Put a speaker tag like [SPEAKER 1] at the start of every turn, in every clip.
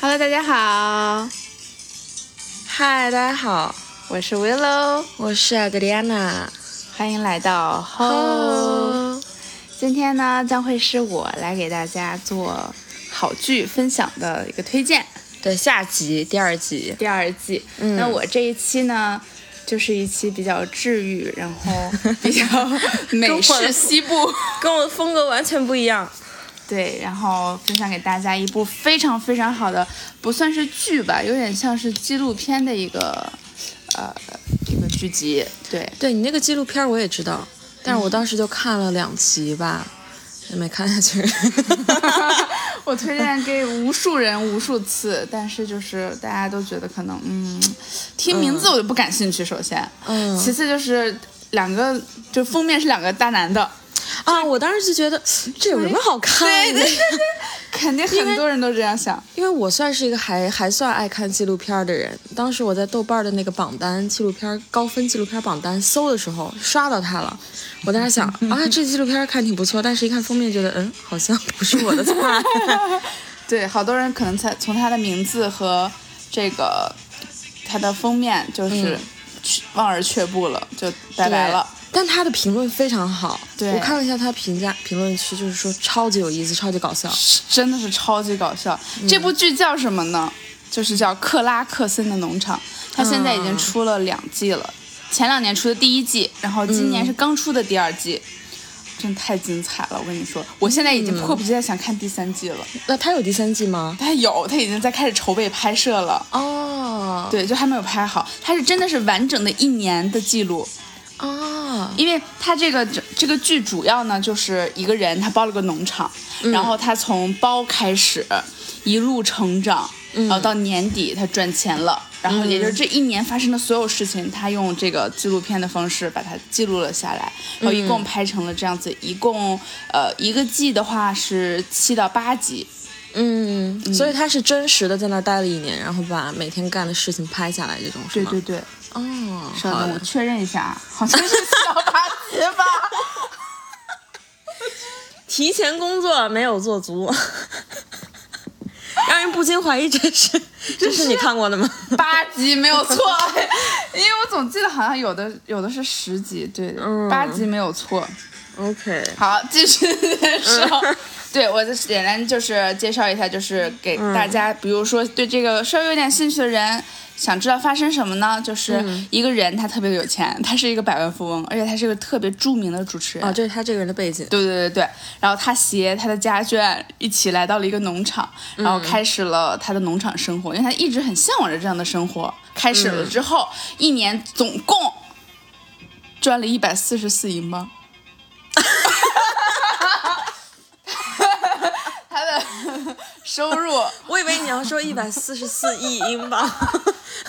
[SPEAKER 1] Hello，大家好，
[SPEAKER 2] 嗨，大家好，
[SPEAKER 1] 我是 Willow，
[SPEAKER 2] 我是 Adriana。
[SPEAKER 1] 欢迎来到 Ho。今
[SPEAKER 2] 哦
[SPEAKER 1] 天呢，将会是我来给大家做好剧分享的一个推荐，
[SPEAKER 2] 对，下集第二集，
[SPEAKER 1] 第二季。
[SPEAKER 2] 嗯
[SPEAKER 1] 那我这一期呢，就是一期比较治愈，然 后比较美式西部，
[SPEAKER 2] 跟我的风格完全不一样。
[SPEAKER 1] 对，然后分享给大家一部非常非常好的，不算是剧吧，有点像是纪录片的一个，呃，一个剧集。对，
[SPEAKER 2] 对你那个纪录片我也知道，但是我当时就看了两集吧，也没看下 去。
[SPEAKER 1] 我推荐给无数人无数次，但是就是大家都觉得可能，嗯，听名字我就不感兴趣。首先，
[SPEAKER 2] 嗯
[SPEAKER 1] 其次就是两个，就封面是两个大男的，
[SPEAKER 2] 啊，我当时就觉得这有什么好看的？
[SPEAKER 1] 肯定很多人都这样想。
[SPEAKER 2] 因为我算是一个还还算爱看纪录片的人，当时我在豆瓣的那个榜单纪录片高分纪录片榜单搜的时候刷到它了，我在 那想啊，这纪录片看挺不错，但是一看封面觉得嗯，好像不是我的 菜。
[SPEAKER 1] 对，好多人可能才从他的名字和这个他的封面就是去望而却步了，就拜拜了。
[SPEAKER 2] 对。但他的评论非常好，
[SPEAKER 1] 对
[SPEAKER 2] 我看了一下他评价评论区，就是说超级有意思，超级搞笑。
[SPEAKER 1] 是真的是超级搞笑。这部剧叫什么呢？就是叫《克拉克森的农场》，它现在已经出了两季了，前两年出的第一季，然后今年是刚出的第二季。真太精彩了！我跟你说，我现在已经迫不及待想看第三季了。
[SPEAKER 2] 那他有第三季吗？
[SPEAKER 1] 它有，它已经在开始筹备拍摄了。
[SPEAKER 2] 哦，
[SPEAKER 1] 对，就还没有拍好。它是真的是完整的一年的记录，
[SPEAKER 2] 啊，
[SPEAKER 1] 因为它这个这个剧主要呢就是一个人他包了个农场，然后他从包开始一路成长，然后到年底他赚钱了。然后也就是这一年发生的所有事情，他用这个纪录片的方式把它记录了下来，然后一共拍成了这样子，一共呃一个季的话是七到八集，
[SPEAKER 2] 嗯，所以他是真实的在那儿待了一年，然后把每天干的事情拍下来，这种是
[SPEAKER 1] 对
[SPEAKER 2] 吗？
[SPEAKER 1] 对对，
[SPEAKER 2] 哦，
[SPEAKER 1] 稍
[SPEAKER 2] 好
[SPEAKER 1] 等我
[SPEAKER 2] 的
[SPEAKER 1] 确认一下啊，好像是七到八集吧。
[SPEAKER 2] 提前工作没有做足， 让人不禁怀疑这 是这是你看过的吗？
[SPEAKER 1] 八集没有错， 因为我总记得好像有的有的是十集，对，
[SPEAKER 2] 嗯
[SPEAKER 1] 八集没有错。
[SPEAKER 2] OK，
[SPEAKER 1] 好，继续介绍。 对，我就简单就是介绍一下，就是给大家，比如说对这个稍微有点兴趣的人，想知道发生什么呢？就是一个人他特别有钱，他是一个百万富翁，而且他是个特别著名的主持人。
[SPEAKER 2] 啊，这是他这个人的背景。
[SPEAKER 1] 对对对对，然后他携他的家眷一起来到了一个农场，然后开始了他的农场生活，因为他一直很向往着这样的生活。开始了之后，一年总共赚了一百四十四英镑。 他的收入
[SPEAKER 2] 我以为你要说一百四十 四亿英镑。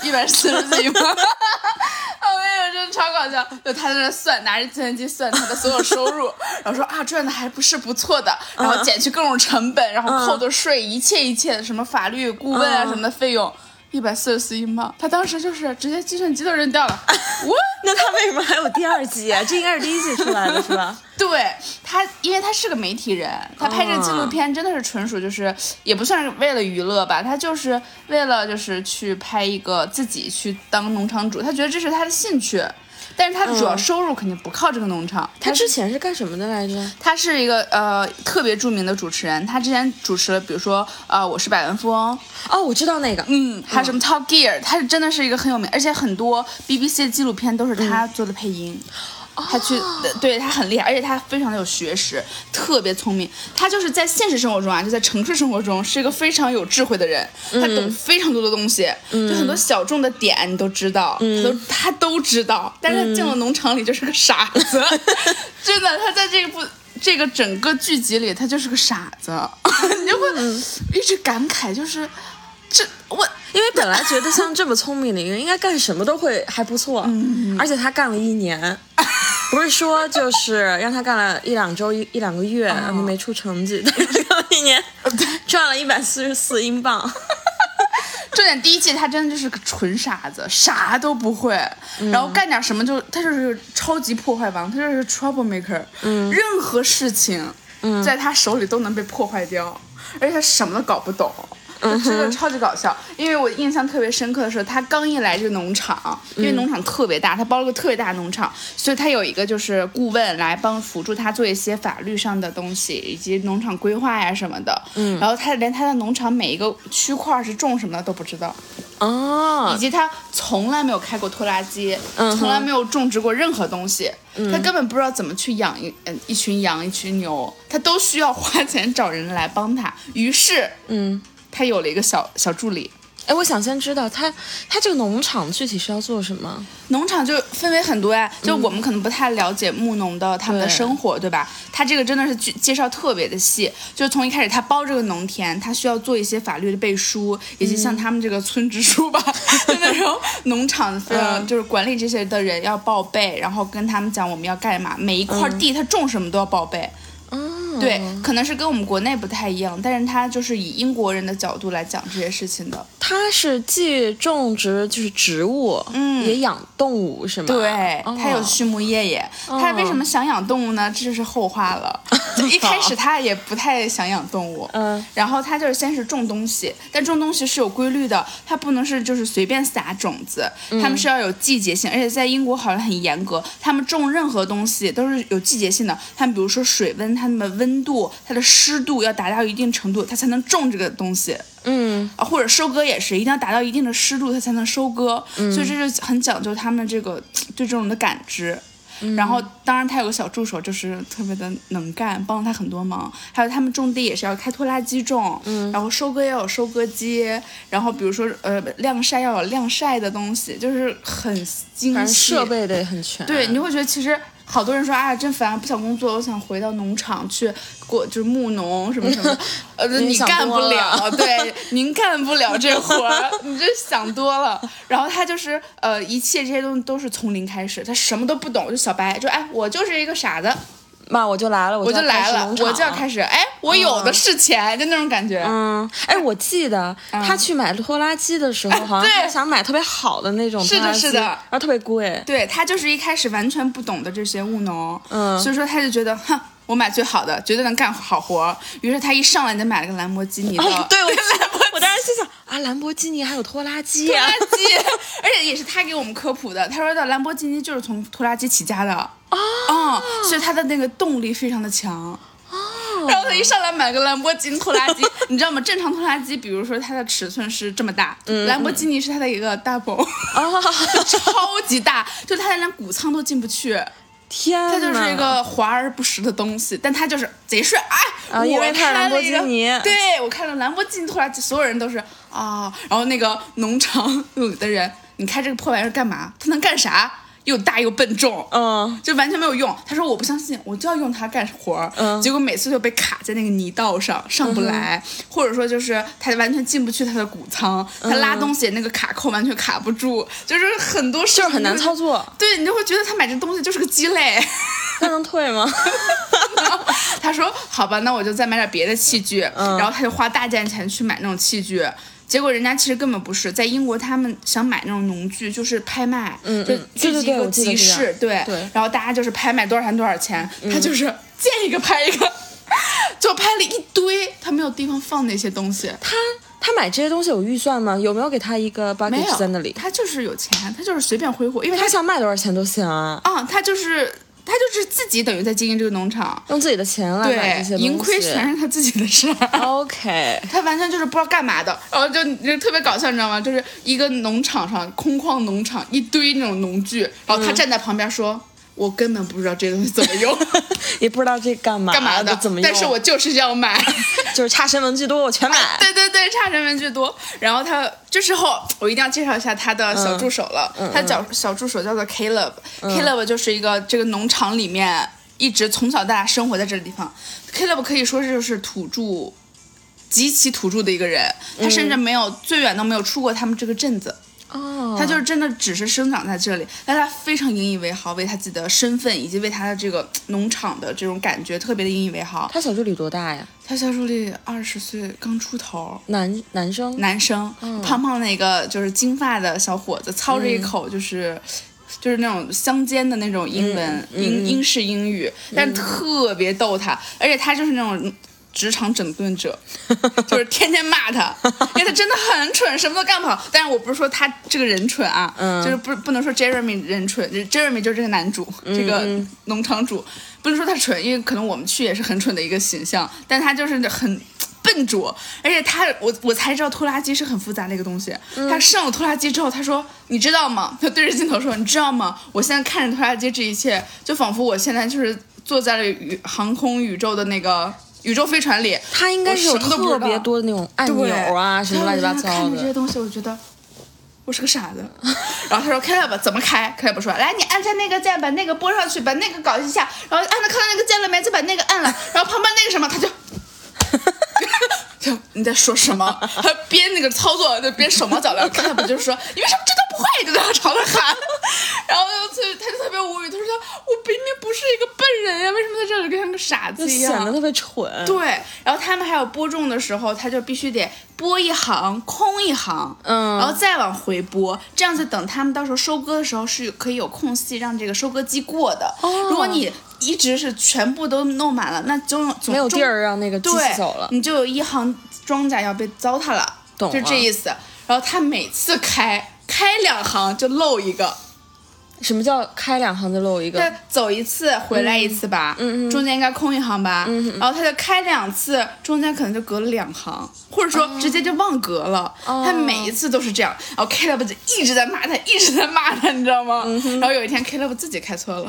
[SPEAKER 1] 一百四十四英镑， 我跟你说真的超搞笑，就他在那算，拿着计算机算他的所有收入，然后说啊赚的还不是不错的，然后减去各种成本，然后扣的税，一切一切的什么法律顾问啊
[SPEAKER 2] 嗯
[SPEAKER 1] 什么的费用，一百四十四英镑，他当时就是直接计算机都扔掉了，我。
[SPEAKER 2] 那他为什么还有第二季啊？这应该是第一季出来的是吧？
[SPEAKER 1] 对他，因为他是个媒体人，他拍这个纪录片真的是纯属就是，也不算是为了娱乐吧，他就是为了就是去拍一个自己去当农场主，他觉得这是他的兴趣，但是他的主要收入肯定不靠这个农场，
[SPEAKER 2] 他
[SPEAKER 1] 他是
[SPEAKER 2] 之前是干什么的来着？
[SPEAKER 1] 他是一个呃特别著名的主持人，他之前主持了比如说呃我是百万富翁，
[SPEAKER 2] 哦，我知道那个，
[SPEAKER 1] 嗯，还有什么 Top Gear，他是真的是一个很有名，而且很多 BBC 的纪录片都是他做的配音。他去，对他很厉害，而且他非常的有学识，特别聪明。他就是在现实生活中啊，就在城市生活中是一个非常有智慧的人，他懂非常多的东西，就很多小众的点你都知道，他都他都知道。但是他进了农场里就是个傻子，真的，他在这部这个整个剧集里，他就是个傻子， 你就会一直感慨，就是这我
[SPEAKER 2] 因为本来觉得像这么聪明的一个人，应该干什么都会还不错，
[SPEAKER 1] 嗯
[SPEAKER 2] 而且他干了一年。不是说就是让他干了一两周一一两个
[SPEAKER 1] 哦
[SPEAKER 2] 月，然后没出成绩， 但是干了一年，赚了一百四十四英镑。
[SPEAKER 1] 重点第一季他真的就是个纯傻子，啥都不会，然后干点什么就他就是超级破坏王，他就是 trouble maker，、任何事情在他手里都能被破坏掉，而且他什么都搞不懂。就真的超级搞笑。因为我印象特别深刻的是，他刚一来这个农场，
[SPEAKER 2] 嗯
[SPEAKER 1] 因为农场特别大，他包了个特别大的农场，所以他有一个就是顾问来帮辅助他做一些法律上的东西，以及农场规划呀什么的。嗯，然后他连他的农场每一个区块是种什么的都不知道。以
[SPEAKER 2] 哦，
[SPEAKER 1] 及他从来没有开过拖拉机，
[SPEAKER 2] 嗯哼嗯
[SPEAKER 1] 从来没有种植过任何东西，他根本不知道怎么去养一嗯一群羊一群牛，他都需要花钱找人来帮他。于是
[SPEAKER 2] 嗯，
[SPEAKER 1] 他有了一个小小助理。
[SPEAKER 2] 哎，我想先知道他他这个农场具体是要做什么？
[SPEAKER 1] 农场就分为很多呀，就我们可能不太了解牧农的他们的
[SPEAKER 2] 对
[SPEAKER 1] 生活，对吧？他这个真的是介介绍特别的细，就是从一开始他包这个农田，他需要做一些法律的背书，以及像他们这个村支书吧，就那种农场非常就是管理这些的人要报备，然后跟他们讲我们要干嘛，每一块地他种什么都要报备。
[SPEAKER 2] 哦，
[SPEAKER 1] 对，可能是跟我们国内不太一样，但是他就是以英国人的角度来讲这些事情的。
[SPEAKER 2] 他是既种植就是植物，嗯，也养动物是吗？
[SPEAKER 1] 对，
[SPEAKER 2] 哦
[SPEAKER 1] 他有畜牧业耶。他为什么想养动物呢？这就是后话 了。就一开始他也不太想养动物，
[SPEAKER 2] 嗯，
[SPEAKER 1] 然后他就是先是种东西，但种东西是有规律的，他不能是就是随便撒种子，
[SPEAKER 2] 嗯
[SPEAKER 1] 他们是要有季节性，而且在英国好像很严格，他们种任何东西都是有季节性的。他们比如说水温，他们的温度、它的湿度要达到一定程度，它才能种这个东西。
[SPEAKER 2] 嗯，
[SPEAKER 1] 啊，或者收割也是，一定要达到一定的湿度，它才能收割。所以
[SPEAKER 2] 嗯
[SPEAKER 1] 这就很讲究他们这个对这种的感知。
[SPEAKER 2] 嗯
[SPEAKER 1] 然后，当然他有个小助手，就是特别的能干，帮了他很多忙。还有他们种地也是要开拖拉机种，
[SPEAKER 2] 嗯
[SPEAKER 1] 然后收割要有收割机，然后比如说呃晾晒要有晾晒的东西，就是很精
[SPEAKER 2] 反正
[SPEAKER 1] 细。
[SPEAKER 2] 设备的也很全。
[SPEAKER 1] 对，你会觉得其实好多人说啊，真烦，不想工作，我想回到农场去过，就是务农什么什么 的。呃，
[SPEAKER 2] 你
[SPEAKER 1] 你
[SPEAKER 2] 想
[SPEAKER 1] 干不
[SPEAKER 2] 多
[SPEAKER 1] 了，
[SPEAKER 2] 了
[SPEAKER 1] 对，您干不了这活 儿，你这想多了。然后他就是呃，一切这些东西都是从零开始，他什么都不懂，就小白，就哎，我就是一个傻子，
[SPEAKER 2] 妈，我就来了，我
[SPEAKER 1] 我
[SPEAKER 2] 就
[SPEAKER 1] 就
[SPEAKER 2] 要开
[SPEAKER 1] 来
[SPEAKER 2] 始
[SPEAKER 1] 了，
[SPEAKER 2] 农场
[SPEAKER 1] 我就要开始，哎，我有的是钱，就那种感觉。
[SPEAKER 2] 嗯，哎，我记得他去买拖拉机的时 候，好
[SPEAKER 1] 嗯
[SPEAKER 2] 像
[SPEAKER 1] 对
[SPEAKER 2] 他想买特别好的那种
[SPEAKER 1] 是的
[SPEAKER 2] 拖拉机，
[SPEAKER 1] 是的
[SPEAKER 2] 然后特别贵。
[SPEAKER 1] 对他就是一开始完全不懂得这些务农，
[SPEAKER 2] 嗯
[SPEAKER 1] 所以说他就觉得，哼，我买最好的，绝对能干好活儿。于是他一上来就买了个兰博基尼的，
[SPEAKER 2] 哦，对，我记 得我当时心想啊，兰博基尼还有拖拉机
[SPEAKER 1] 拖
[SPEAKER 2] 啊
[SPEAKER 1] 拉，机， 而且也是他给我们科普的。他说的兰博基尼就是从拖拉机起家的啊、
[SPEAKER 2] 哦
[SPEAKER 1] 嗯，所以他的那个动力非常的强。然后他一上来买个兰博基尼拖拉机， 你知道吗？正常拖拉机，比如说它的尺寸是这么大，兰博基尼是它的一个 double，
[SPEAKER 2] 嗯哦，
[SPEAKER 1] 超级大，就它连谷仓都进不去。
[SPEAKER 2] 天哪，
[SPEAKER 1] 它就是一个华而不实的东西，但它就是贼帅哎！
[SPEAKER 2] 啊因
[SPEAKER 1] 我
[SPEAKER 2] 为它是
[SPEAKER 1] 开
[SPEAKER 2] 兰
[SPEAKER 1] 了
[SPEAKER 2] 博
[SPEAKER 1] 一
[SPEAKER 2] 基
[SPEAKER 1] 个，
[SPEAKER 2] 尼
[SPEAKER 1] 对我看了兰博基尼拖拉机，所有人都是啊，然后那个农场有的人，你开这个破玩意儿干嘛？它能干啥？又大又笨重，
[SPEAKER 2] 嗯，
[SPEAKER 1] 就完全没有用。他说我不相信，我就要用它干活儿。
[SPEAKER 2] 嗯
[SPEAKER 1] 结果每次就被卡在那个泥道上，上不来，或者说就是他完全进不去他的谷仓，他
[SPEAKER 2] 嗯
[SPEAKER 1] 拉东西那个卡扣完全卡不住，就是很多事
[SPEAKER 2] 就是
[SPEAKER 1] 情
[SPEAKER 2] 很难
[SPEAKER 1] 就
[SPEAKER 2] 操作。
[SPEAKER 1] 对你就会觉得他买这东西就是个鸡肋。
[SPEAKER 2] 那能退 吗？
[SPEAKER 1] 他说好吧，那我就再买点别的器具，
[SPEAKER 2] 嗯
[SPEAKER 1] 然后他就花大价钱去买那种器具。结果人家其实根本不是在英国，他们想买那种农具就是拍卖，
[SPEAKER 2] 嗯
[SPEAKER 1] 就
[SPEAKER 2] 嗯
[SPEAKER 1] 聚集
[SPEAKER 2] 对对
[SPEAKER 1] 一
[SPEAKER 2] 对
[SPEAKER 1] 个
[SPEAKER 2] 我记得
[SPEAKER 1] 集
[SPEAKER 2] 这样
[SPEAKER 1] 市，对
[SPEAKER 2] 对嗯
[SPEAKER 1] 然后大家就是拍卖多少钱多少钱，他就是见一个拍一个， 就拍了一堆，他没有地方放那些东西，
[SPEAKER 2] 他他买这些东西有预算吗？有没有给他一个
[SPEAKER 1] 没
[SPEAKER 2] budget 在那
[SPEAKER 1] 有，
[SPEAKER 2] 里？
[SPEAKER 1] 他就是有钱，他就是随便挥霍，因为他
[SPEAKER 2] 他想卖多少钱都行啊，
[SPEAKER 1] 啊、他就是他就是自己等于在经营这个农场，
[SPEAKER 2] 用自己的钱来买这些
[SPEAKER 1] 对，
[SPEAKER 2] 东西。
[SPEAKER 1] 盈亏全是他自己的事儿。
[SPEAKER 2] OK，
[SPEAKER 1] 他完全就是不知道干嘛的，然后就就特别搞笑，你知道吗？就是一个农场上空旷农场一堆那种农具，然后
[SPEAKER 2] 嗯
[SPEAKER 1] 他站在旁边说：“我根本不知道这东西怎 么用，
[SPEAKER 2] 也不知道这干嘛
[SPEAKER 1] 干嘛的
[SPEAKER 2] 啊的，怎么，用？
[SPEAKER 1] 但是我就是要买。
[SPEAKER 2] 就是差生文具多，我全买。”
[SPEAKER 1] 对对对，差人文具多。然后他这时候我一定要介绍一下他的小助手了，他的小小助手叫做 Caleb，Caleb、就是一个这个农场里面一直从小到大生活在这个地方，Caleb 可以说是就是土著。极其土著的一个人，他甚至没有、最远都没有出过他们这个镇子，
[SPEAKER 2] 哦，
[SPEAKER 1] 他就是真的只是生长在这里，但他非常引以为豪，为他自己的身份以及为他的这个农场的这种感觉特别的引以为豪。
[SPEAKER 2] 他小助理多大呀？
[SPEAKER 1] 他小助理二十岁刚出头，
[SPEAKER 2] 男男生？
[SPEAKER 1] 男生，胖胖那个就是金发的小伙子，操着一口就是。就是那种乡间的那种英文，英英式英语，但特别逗他，而且他就是那种职场整顿者，就是天天骂他，因为他真的很蠢，什么都干不好。但是我不是说他这个人蠢啊，
[SPEAKER 2] 嗯
[SPEAKER 1] 就是不不能说 Jeremy 人蠢就是，Jeremy 就是这个男主，这个农场主，不能说他蠢，因为可能我们去也是很蠢的一个形象，但他就是很。笨拙，而且他，我我才知道拖拉机是很复杂的一个东西。他上了拖拉机之后，他说：“你知道吗？”他对着镜头说：“你知道吗？我现在看着拖拉机这一切，就仿佛我现在就是坐在了宇航空宇宙的那个宇宙飞船里。”
[SPEAKER 2] 它应该是有
[SPEAKER 1] 我什么都不
[SPEAKER 2] 特
[SPEAKER 1] 知道
[SPEAKER 2] 别多的那种按
[SPEAKER 1] 对
[SPEAKER 2] 钮啊，什么乱七八
[SPEAKER 1] 然后我就
[SPEAKER 2] 糟
[SPEAKER 1] 在那看着这些
[SPEAKER 2] 的。
[SPEAKER 1] 东西，我觉得我是个傻子。然后他说 Caleb 怎么开？Caleb 说来，你按下那个键，把那个拨上去，把那个搞一下，然后按到看到那个键了没？就把那个按了，然后旁边那个什么，他 就。就你在说什么？他边那个操作就边手忙脚乱。Caleb 就是说你为什么这都不会？就在那朝他喊，然后就他就特别无语，他说我明明不是一个笨人呀、为什么在这里跟像个傻
[SPEAKER 2] 就
[SPEAKER 1] 子一
[SPEAKER 2] 显
[SPEAKER 1] 样？
[SPEAKER 2] 得特别蠢，
[SPEAKER 1] 啊对，然后他们还有播种的时候，他就必须得播一行空一行，
[SPEAKER 2] 嗯
[SPEAKER 1] 然后再往回播，这样子等他们到时候收割的时候是可以有空隙让这个收割机过的。
[SPEAKER 2] 哦
[SPEAKER 1] 如果你一直是全部都弄满了，那就总
[SPEAKER 2] 没有
[SPEAKER 1] 种
[SPEAKER 2] 地儿让那个机
[SPEAKER 1] 对
[SPEAKER 2] 器走了。
[SPEAKER 1] 你就有一行庄稼要被糟蹋了，
[SPEAKER 2] 懂
[SPEAKER 1] 就
[SPEAKER 2] 了
[SPEAKER 1] 这意思。然后他每次开开两行就漏一个，
[SPEAKER 2] 什么叫开两行就漏一
[SPEAKER 1] 他
[SPEAKER 2] 个？
[SPEAKER 1] 走一次回来一次吧，
[SPEAKER 2] 嗯嗯嗯
[SPEAKER 1] 中间应该空一行吧，
[SPEAKER 2] 嗯嗯
[SPEAKER 1] 然后他就开两次，中间可能就隔了两行，或者说直接就忘隔了。
[SPEAKER 2] 哦
[SPEAKER 1] 他每一次都是这样，然后 Caleb 就一直在骂他，一直在骂他，你知道吗？
[SPEAKER 2] 嗯
[SPEAKER 1] 然后有一天 Caleb 自己开错 了，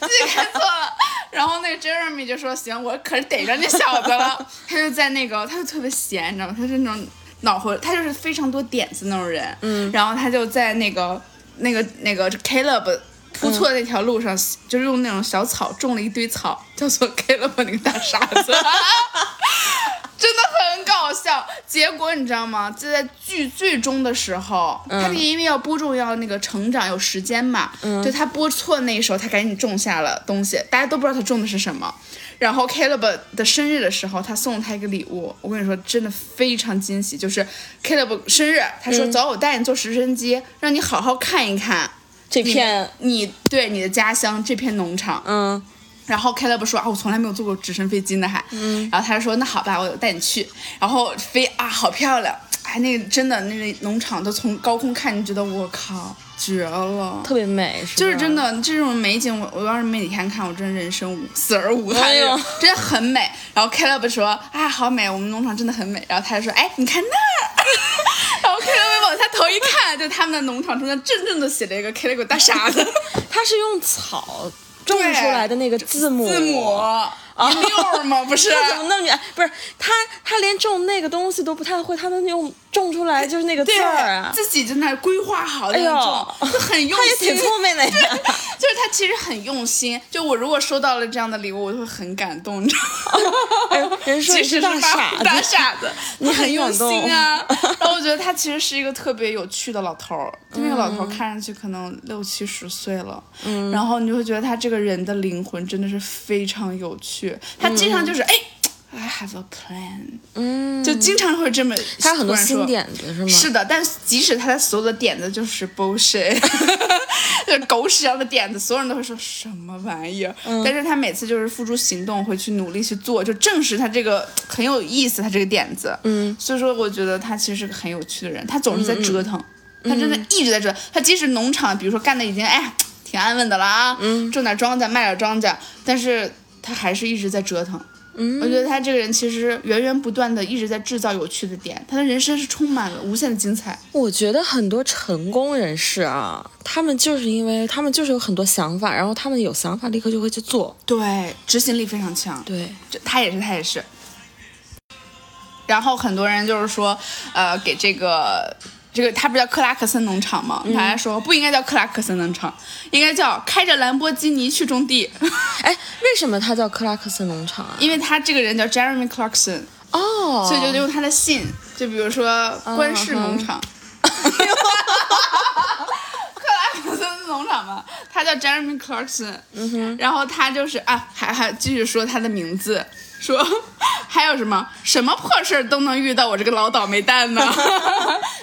[SPEAKER 1] 自己开错了。然后那个 Jeremy 就说：“行，我可是逮着那小子了。” 他就在那个，他就特别闲，你知道吗？他是那种脑回，他就是非常多点子那种人。嗯。然后他就在那个那个那个 Caleb 铺错的那条路上，就是用那种小草种了一堆草，叫做 Caleb 那个大傻子。 真的很搞笑。结果你知道吗？就在剧最终的时候，他那个因为要播种要那个成长有时间嘛，就他播错那一首，他赶紧种下了东西，大家都不知道他种的是什么。然后 Caleb 的生日的时候，他送了他一个礼物，我跟你说，真的非常惊喜。就是 Caleb 生日，他说：“走，我带你坐直升机，让你好好看一看
[SPEAKER 2] 这
[SPEAKER 1] 你
[SPEAKER 2] 片，
[SPEAKER 1] 你对你的家乡这片农场。”
[SPEAKER 2] 嗯，
[SPEAKER 1] 然后 Caleb 说啊，我从来没有坐过直升飞机呢，还。嗯。然后他就说那好吧，我带你去。然后飞啊，好漂亮！哎，那个真的，那个农场都从高空看，你觉得我靠，绝了！
[SPEAKER 2] 特别美，是吧
[SPEAKER 1] 就是真。的这种美景，我我要是没你看看，我真人生无死而无憾
[SPEAKER 2] 哎呦，
[SPEAKER 1] 真的很美。然后 Caleb 说啊，好美，我们农场真的很美。然后他就说，哎，你看那儿。 然后 Caleb 往下头一看，就他们的农场中间正正的写了一个 Caleb 大傻 子。
[SPEAKER 2] 它是用草种出来的那个字母。
[SPEAKER 1] 字母
[SPEAKER 2] 啊
[SPEAKER 1] 一溜儿吗？不 是，
[SPEAKER 2] 它怎么那么哎不是它，它连种那个东西都不太会，它能用种出来就是那个字
[SPEAKER 1] 对
[SPEAKER 2] 儿啊。
[SPEAKER 1] 自己就那儿规划好的
[SPEAKER 2] 哎呦
[SPEAKER 1] 那种，就很用
[SPEAKER 2] 它也
[SPEAKER 1] 心。
[SPEAKER 2] 挺聪明的呀。
[SPEAKER 1] 就是他其实很用心，就我如果收到了这样的礼物，我就会很感动，你知道吗？
[SPEAKER 2] 哎呦人说
[SPEAKER 1] 其
[SPEAKER 2] 你
[SPEAKER 1] 实是
[SPEAKER 2] 是大傻
[SPEAKER 1] 傻
[SPEAKER 2] 子
[SPEAKER 1] 大傻子，
[SPEAKER 2] 你
[SPEAKER 1] 他
[SPEAKER 2] 很
[SPEAKER 1] 很用
[SPEAKER 2] 感动
[SPEAKER 1] 心 啊。然后我觉得他其实是一个特别有趣的老头儿，那个老头儿
[SPEAKER 2] 嗯
[SPEAKER 1] 看上去可能六七十岁了，然后你就会觉得他这个人的灵魂真的是非常有趣，他经常就是哎。I have a plan，
[SPEAKER 2] 嗯，
[SPEAKER 1] 就经常会这么。
[SPEAKER 2] 它有很多
[SPEAKER 1] 突然说
[SPEAKER 2] 新点子是吗？
[SPEAKER 1] 是的，但即使他的所有的点子就是 bullshit，就是狗屎一样的点子，所有人都会说什么玩意儿。
[SPEAKER 2] 嗯
[SPEAKER 1] 但是他每次就是付诸行动，会去努力去做，就证实他这个很有意思，他这个点子。
[SPEAKER 2] 嗯，
[SPEAKER 1] 所以说我觉得他其实是个很有趣的人，他总是在折腾，
[SPEAKER 2] 嗯
[SPEAKER 1] 他真的一直在折腾。他即使农场，比如说干的已经哎挺安稳的了啊，嗯，种点庄稼，卖点庄稼，但是他还是一直在折腾。我觉得他这个人其实源源不断的一直在制造有趣的点，他的人生是充满了无限的精彩。
[SPEAKER 2] 我觉得很多成功人士啊，他们就是因为他们就是有很多想法，然后他们有想法立刻就会去做。
[SPEAKER 1] 对，执行力非常强。
[SPEAKER 2] 对，
[SPEAKER 1] 这他也是，他也是。然后很多人就是说，呃，给这个这个，他不是叫克拉克森农场吗？大家说不应该叫克拉克森农场，应该叫开着兰博基尼去种地，
[SPEAKER 2] 哎，为什么它叫克拉克森农场啊？
[SPEAKER 1] 因为他这个人叫 Jeremy Clarkson，
[SPEAKER 2] 哦，
[SPEAKER 1] 所以就用他的姓，就比如说关氏农场。克拉克森农场嘛，他叫 Jeremy Clarkson，、然后他就是啊，还还继续说他的名字，说还有什么什么破事儿都能遇到我这个老倒霉蛋呢？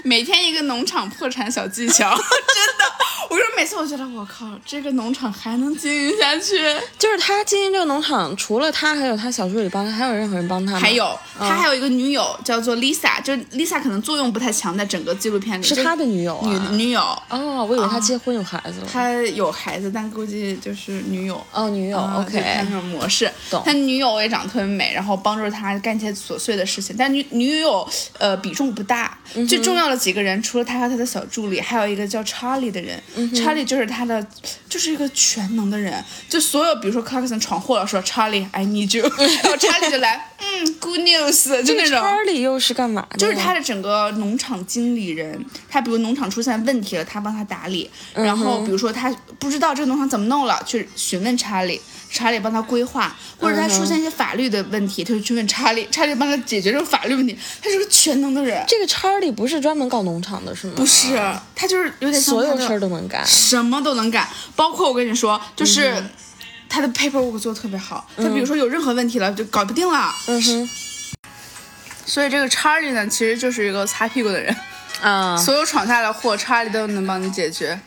[SPEAKER 1] 每天一个农场破产小技巧，真的，我说每次我觉得我靠，这个农场还能经营下去？
[SPEAKER 2] 就是他经营这个农场，除了他，还有他小说里帮他，还有任何人帮他吗？
[SPEAKER 1] 还有
[SPEAKER 2] 嗯
[SPEAKER 1] 他还有一个女友叫做 Lisa，就是 Lisa 可能作用不太强，在整个纪录片里
[SPEAKER 2] 是他的女友
[SPEAKER 1] 女
[SPEAKER 2] 啊？
[SPEAKER 1] 女友，
[SPEAKER 2] 哦，我以为他结婚有孩子了。
[SPEAKER 1] 他有孩子，但估计就是女友。
[SPEAKER 2] 哦，女友
[SPEAKER 1] 啊就看那
[SPEAKER 2] ，OK，
[SPEAKER 1] 种模式
[SPEAKER 2] 懂。
[SPEAKER 1] 他女友也长得特别美，然后帮助他干一些琐碎的事情。但女女友呃比重不大，
[SPEAKER 2] 嗯
[SPEAKER 1] 最重要的几个人除了他和他的小助理，还有一个叫查理的人。
[SPEAKER 2] 嗯
[SPEAKER 1] 查理就是他的，就是一个全能的人，就所有比如说 Clarkson 闯祸了，说查理 I need you，然 后查理就来，嗯，good news，就那种。
[SPEAKER 2] Charlie 又是干嘛的？
[SPEAKER 1] 就是他，的整个农场经理人，他比如农场出现问题了，他帮他打理。
[SPEAKER 2] 嗯
[SPEAKER 1] 然后比如说他不知道这个农场怎么弄了，去询问查理，查理帮他规划，或者他
[SPEAKER 2] 嗯
[SPEAKER 1] 出现一些法律的问题，他就去问查理，查理帮他解决这个法律问题。他是个全能的人，
[SPEAKER 2] 这个 Charlie 不是专门搞农场的，是吗？
[SPEAKER 1] 不是，他就是有点像
[SPEAKER 2] 所有
[SPEAKER 1] 他的
[SPEAKER 2] 事儿都嗯能干。
[SPEAKER 1] 什么都能干，包括我跟你说，就是。他的 paperwork 做的特别好，他比如说有任何问题了就搞不定了，
[SPEAKER 2] 嗯哼，
[SPEAKER 1] 所以这个查理呢，其实就是一个擦屁股的人。
[SPEAKER 2] 啊
[SPEAKER 1] 所有闯下来的祸，查理都能帮你解决。